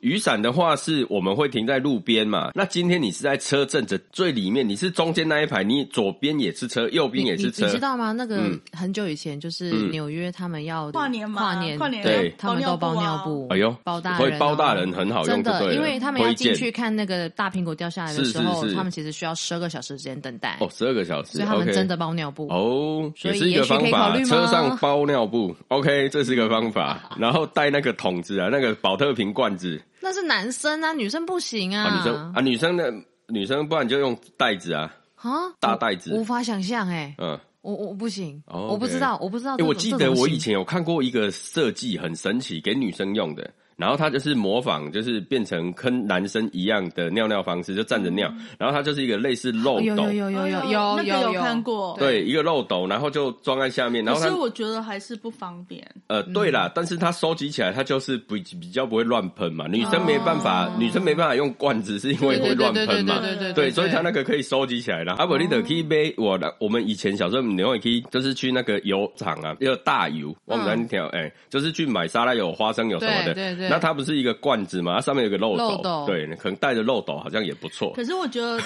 Speaker 2: 雨伞的话是我们会停在路边嘛。那今天你是在车阵的最里面，你是中间那一排，你左边也是车，右边
Speaker 1: 你
Speaker 2: 也
Speaker 1: 你
Speaker 2: 是车
Speaker 1: 你，知道吗？那个
Speaker 2: 嗯
Speaker 1: 很久以前就是
Speaker 2: 嗯
Speaker 1: 纽约他们要
Speaker 3: 跨年嘛
Speaker 1: 跨年
Speaker 3: 跨年
Speaker 2: 对
Speaker 1: 他们
Speaker 3: 包
Speaker 1: 都包
Speaker 3: 尿
Speaker 1: 尿
Speaker 3: 布啊
Speaker 1: 布，
Speaker 2: 哎呦
Speaker 1: 包大
Speaker 2: 所
Speaker 1: 人哦，
Speaker 2: 以包大人很好
Speaker 1: 真
Speaker 2: 用就对了
Speaker 1: 的，因为他们要
Speaker 2: 推荐
Speaker 1: 进去看那个大苹果掉下来的时
Speaker 2: 是
Speaker 1: 候
Speaker 2: 是，是
Speaker 1: 他们其实需要十二个小时时间等待，
Speaker 2: 哦，十二个小时，
Speaker 1: 所以他们
Speaker 2: OK
Speaker 1: 真的包尿布。
Speaker 2: 哦，
Speaker 1: 所
Speaker 2: 也
Speaker 1: 以
Speaker 2: 是一个方
Speaker 1: 也许可以考
Speaker 2: 法。
Speaker 1: 虑吗
Speaker 2: 车上包尿布，OK，这是一个方法。然后带那个桶子啊，那个保特瓶罐子
Speaker 1: 那是男生啊，女生不行
Speaker 2: 啊，
Speaker 1: 啊，
Speaker 2: 女生啊，女生的女生，不然就用袋子啊，
Speaker 1: 啊
Speaker 2: 大袋子
Speaker 1: 无法想象哎，
Speaker 2: 嗯。
Speaker 1: 我我不行，
Speaker 2: 哦
Speaker 1: 我不
Speaker 2: OK
Speaker 1: 知道，我不知道
Speaker 2: 哎、
Speaker 1: 这种。
Speaker 2: 我记
Speaker 1: 这
Speaker 2: 得
Speaker 1: 种
Speaker 2: 我
Speaker 1: 行
Speaker 2: 以前有看过一个设计很神奇，给女生用的。然后它就是模仿，就是变成跟男生一样的尿尿方式，就站着尿。然后它就是一个类似漏
Speaker 1: 嗯哦有
Speaker 2: 斗，
Speaker 1: 有有有有
Speaker 3: 哦那
Speaker 1: 有
Speaker 3: 个有
Speaker 1: 有
Speaker 3: 看过
Speaker 2: 对，一个漏斗，然后就装在下面。然
Speaker 3: 可
Speaker 2: 后它
Speaker 3: 是我觉得还是不方便。
Speaker 2: 呃，对啦，但是它收集起来，它就是比比较不会乱喷嘛。女生没办法，
Speaker 3: 哦
Speaker 2: 女生没办法用罐子，是因为会乱
Speaker 1: 对
Speaker 2: 喷嘛。
Speaker 1: 对对对对对对哦
Speaker 2: 对，所以它那个可以收集起来啦。阿啊伯利的 key 杯，我的我们以前小时候，你会可以就是去那个油厂啊，要大油，我们那条哎，就是去买沙拉油、花生油什么的。
Speaker 1: 嗯对对对
Speaker 2: 那它不是一个罐子嘛，它啊上面有个漏
Speaker 1: 漏斗
Speaker 2: 对，可能带着漏斗好像也不错。
Speaker 3: 可是我觉得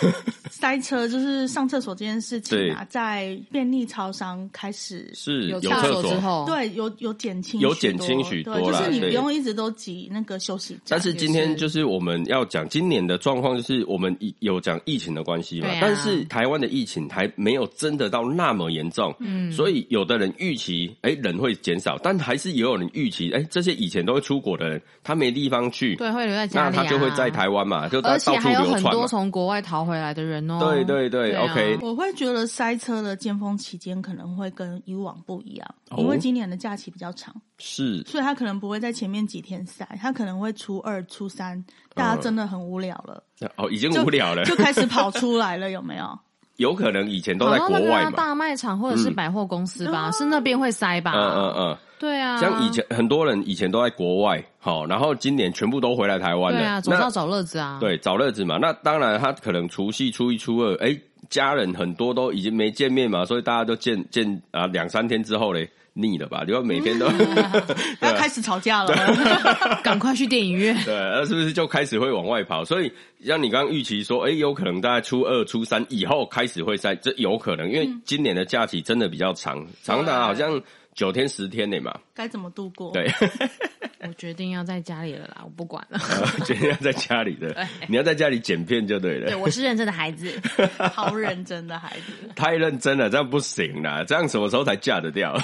Speaker 3: 塞车就是上厕所这件事情啊，在便利超商开始
Speaker 2: 是
Speaker 1: 有
Speaker 2: 厕
Speaker 1: 所之后，
Speaker 3: 对有有减轻
Speaker 2: 有
Speaker 3: 许
Speaker 2: 减
Speaker 3: 多
Speaker 2: 轻许多
Speaker 3: 对，就
Speaker 2: 啦
Speaker 3: 是你不
Speaker 2: 对
Speaker 3: 用一直都挤那个休息站。
Speaker 2: 但是今天
Speaker 1: 也是
Speaker 2: 就是我们要讲今年的状况，就是我们疫有讲疫情的关系嘛，
Speaker 1: 对啊
Speaker 2: 但是台湾的疫情还没有真的到那么严重，嗯，所以有的人预期，哎、人会减少，但还是也有人预期，哎、这些以前都会出国的人，他没地方去，
Speaker 1: 对，会留在家
Speaker 2: 那
Speaker 1: 里、啊，
Speaker 2: 他就会在台湾嘛，就到
Speaker 1: 而
Speaker 2: 到
Speaker 1: 且
Speaker 2: 处
Speaker 1: 还有
Speaker 2: 流
Speaker 1: 很
Speaker 2: 窜
Speaker 1: 多
Speaker 2: 嘛。
Speaker 1: 从国外逃回来的人哦。
Speaker 2: 对对对
Speaker 1: 啊
Speaker 2: o k
Speaker 3: 我会觉得塞车的尖峰期间可能会跟以往不一样，
Speaker 2: 哦
Speaker 3: 因为今年的假期比较长，
Speaker 2: 是
Speaker 3: 所以他可能不会在前面几天塞，他可能会初二、初三，大家真的很无聊了，
Speaker 2: 哦，已经
Speaker 3: 就
Speaker 2: 嗯无聊了，
Speaker 3: 就开始跑出来了，有没有？
Speaker 2: 有可能以前都
Speaker 1: 跑
Speaker 2: 在
Speaker 1: 到
Speaker 2: 国
Speaker 1: 那个
Speaker 2: 外
Speaker 1: 啊
Speaker 2: 嘛，
Speaker 1: 大卖场或者是百货公司吧，是那边会塞吧？
Speaker 2: 嗯嗯嗯，
Speaker 1: 对啊，
Speaker 2: 像以前很多人以前都在国外，好，然后今年全部都回来台湾了，
Speaker 1: 对啊，总
Speaker 2: 那
Speaker 1: 是要找乐子啊。
Speaker 2: 对，找乐子嘛。那当然，他可能除夕、初一、初二，哎、家人很多都已经没见面嘛，所以大家都见见啊，两三天之后嘞，腻了吧？因为每天都啊
Speaker 3: 要开始吵架了，
Speaker 1: 赶快去电影 院。
Speaker 2: 对，那是不是就开始会往外跑？所以像你刚刚预期说，哎、有可能大概初二、初三以后开始会在，这有可能，因为今年的假期真的比较长，长达好像九天、十天嘞嘛。
Speaker 3: 该怎么度过？
Speaker 2: 对，
Speaker 1: 我决定要在家里了啦，我不管了。
Speaker 2: 决定要在家里的，你要在家里剪片就对了。
Speaker 1: 对，我是认真的孩 子。
Speaker 3: 好认真的孩子，
Speaker 2: 太认真了，这样不行啦，这样什么时候才嫁得掉？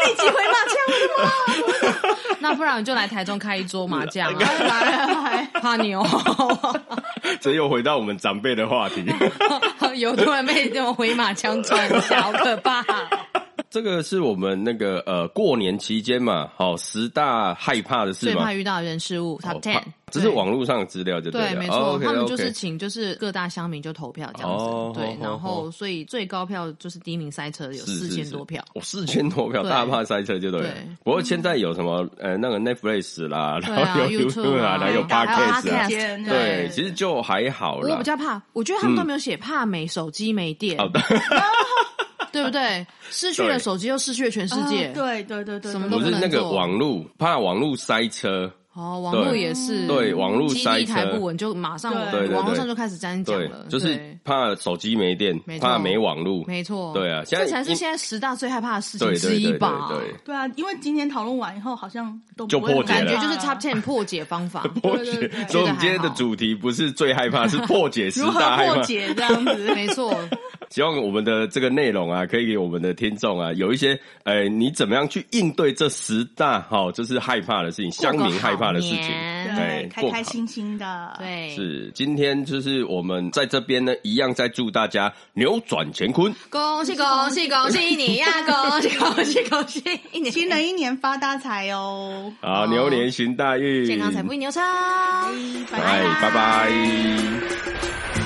Speaker 3: 立即回麻将，
Speaker 1: 那不然你就来台中开一桌麻 将啊，
Speaker 3: 来 来来，
Speaker 1: 怕你哦。
Speaker 2: 这又回到我们长辈的话题。
Speaker 1: 有突然被这种回马枪撞一下，好可怕、啊
Speaker 2: 这个是我们那个呃过年期间嘛，好、十大害怕的事
Speaker 1: 最
Speaker 2: 嘛
Speaker 1: 怕。遇到的人事物 Top
Speaker 2: 哦怕
Speaker 1: Ten，
Speaker 2: 这是网络上的资料就
Speaker 1: 对，
Speaker 2: 了。
Speaker 1: 没
Speaker 2: 哦
Speaker 1: 错，
Speaker 2: ，OK，
Speaker 1: 他们就是
Speaker 2: OK
Speaker 1: 请就是各大乡民就投票这样
Speaker 2: 哦
Speaker 1: 子，对
Speaker 2: 哦，
Speaker 1: 然
Speaker 2: 哦
Speaker 1: 后所以最高票就是第一名塞车有
Speaker 2: 是
Speaker 1: 四千多票，，
Speaker 2: 我哦四千多票，
Speaker 1: 对
Speaker 2: 大怕塞车就对了
Speaker 1: 对。
Speaker 2: 不过现在有什么呃那个 Netflix 啦，
Speaker 1: 对
Speaker 2: 然
Speaker 1: 啊
Speaker 2: 后有
Speaker 1: YouTube 啊
Speaker 2: 然
Speaker 1: 还
Speaker 2: 后有
Speaker 1: 有
Speaker 2: Podcast 啊
Speaker 1: Podcast，，
Speaker 3: 间
Speaker 2: 对，
Speaker 1: 对
Speaker 2: 其实就还好
Speaker 1: 我
Speaker 2: 啦
Speaker 1: 比。较怕，我觉得他们都没有写怕没手机没电，对不对？失去
Speaker 2: 对
Speaker 1: 了手机又失去了全世界，
Speaker 3: 啊对对对对，
Speaker 1: 什么都
Speaker 3: 对
Speaker 1: 不
Speaker 2: 不是
Speaker 1: 能
Speaker 2: 那个
Speaker 1: 做
Speaker 2: 网络，怕网络塞车，
Speaker 1: 哦，网络
Speaker 2: 对
Speaker 1: 也是，
Speaker 2: 对网络
Speaker 1: 基
Speaker 2: 塞
Speaker 1: 地台
Speaker 2: 车
Speaker 1: 不稳，就马上
Speaker 3: 对对
Speaker 2: 对
Speaker 1: 网络
Speaker 2: 对
Speaker 1: 上就开始沾讲
Speaker 2: 对
Speaker 1: 了，，
Speaker 2: 就是
Speaker 1: 对
Speaker 2: 怕手机没电
Speaker 1: 没，错
Speaker 2: 怕没网络，
Speaker 1: 没错，
Speaker 2: 对啊现在
Speaker 1: 这才是
Speaker 2: 因
Speaker 1: 现在十大最害怕的事情
Speaker 2: 对
Speaker 1: 之
Speaker 2: 对
Speaker 1: 一
Speaker 2: 对对
Speaker 1: 吧？
Speaker 2: 对，
Speaker 3: 对啊，因为今天讨论完以后，好像都
Speaker 2: 就
Speaker 3: 不会
Speaker 2: 破解
Speaker 1: 感
Speaker 2: 了
Speaker 1: 觉
Speaker 3: 很
Speaker 1: 就是
Speaker 3: 害怕
Speaker 1: Top Ten 破解方 法，
Speaker 2: 破
Speaker 3: 对对
Speaker 2: 解
Speaker 3: 对。
Speaker 2: 所以
Speaker 1: 觉得
Speaker 2: 我们今天
Speaker 1: 还
Speaker 2: 的
Speaker 1: 好
Speaker 2: 主题不是最害 怕，是破解十
Speaker 3: 如何
Speaker 2: 大害
Speaker 3: 破
Speaker 2: 怕。
Speaker 3: 解这样子。
Speaker 1: 没错，
Speaker 2: 希望我们的这个内容啊，可以给我们的听众啊，有一些，呃，你怎么样去应对这十大哈、就是害怕的事情， 乡民害怕的事情。
Speaker 1: 情
Speaker 2: 对
Speaker 3: 对，开
Speaker 2: 过
Speaker 3: 开
Speaker 2: 好
Speaker 3: 心心的。，
Speaker 1: 对，
Speaker 2: 是，今天就是我们在这边呢，一样在祝大家扭转乾坤。
Speaker 1: 恭喜恭喜恭喜你呀！恭喜恭喜恭喜你！
Speaker 3: 新的一年发大财哦！
Speaker 2: 好，
Speaker 1: 哦
Speaker 2: 啊牛年行大运，哎
Speaker 1: 健康财富一牛车。
Speaker 3: 拜
Speaker 2: 哎，拜拜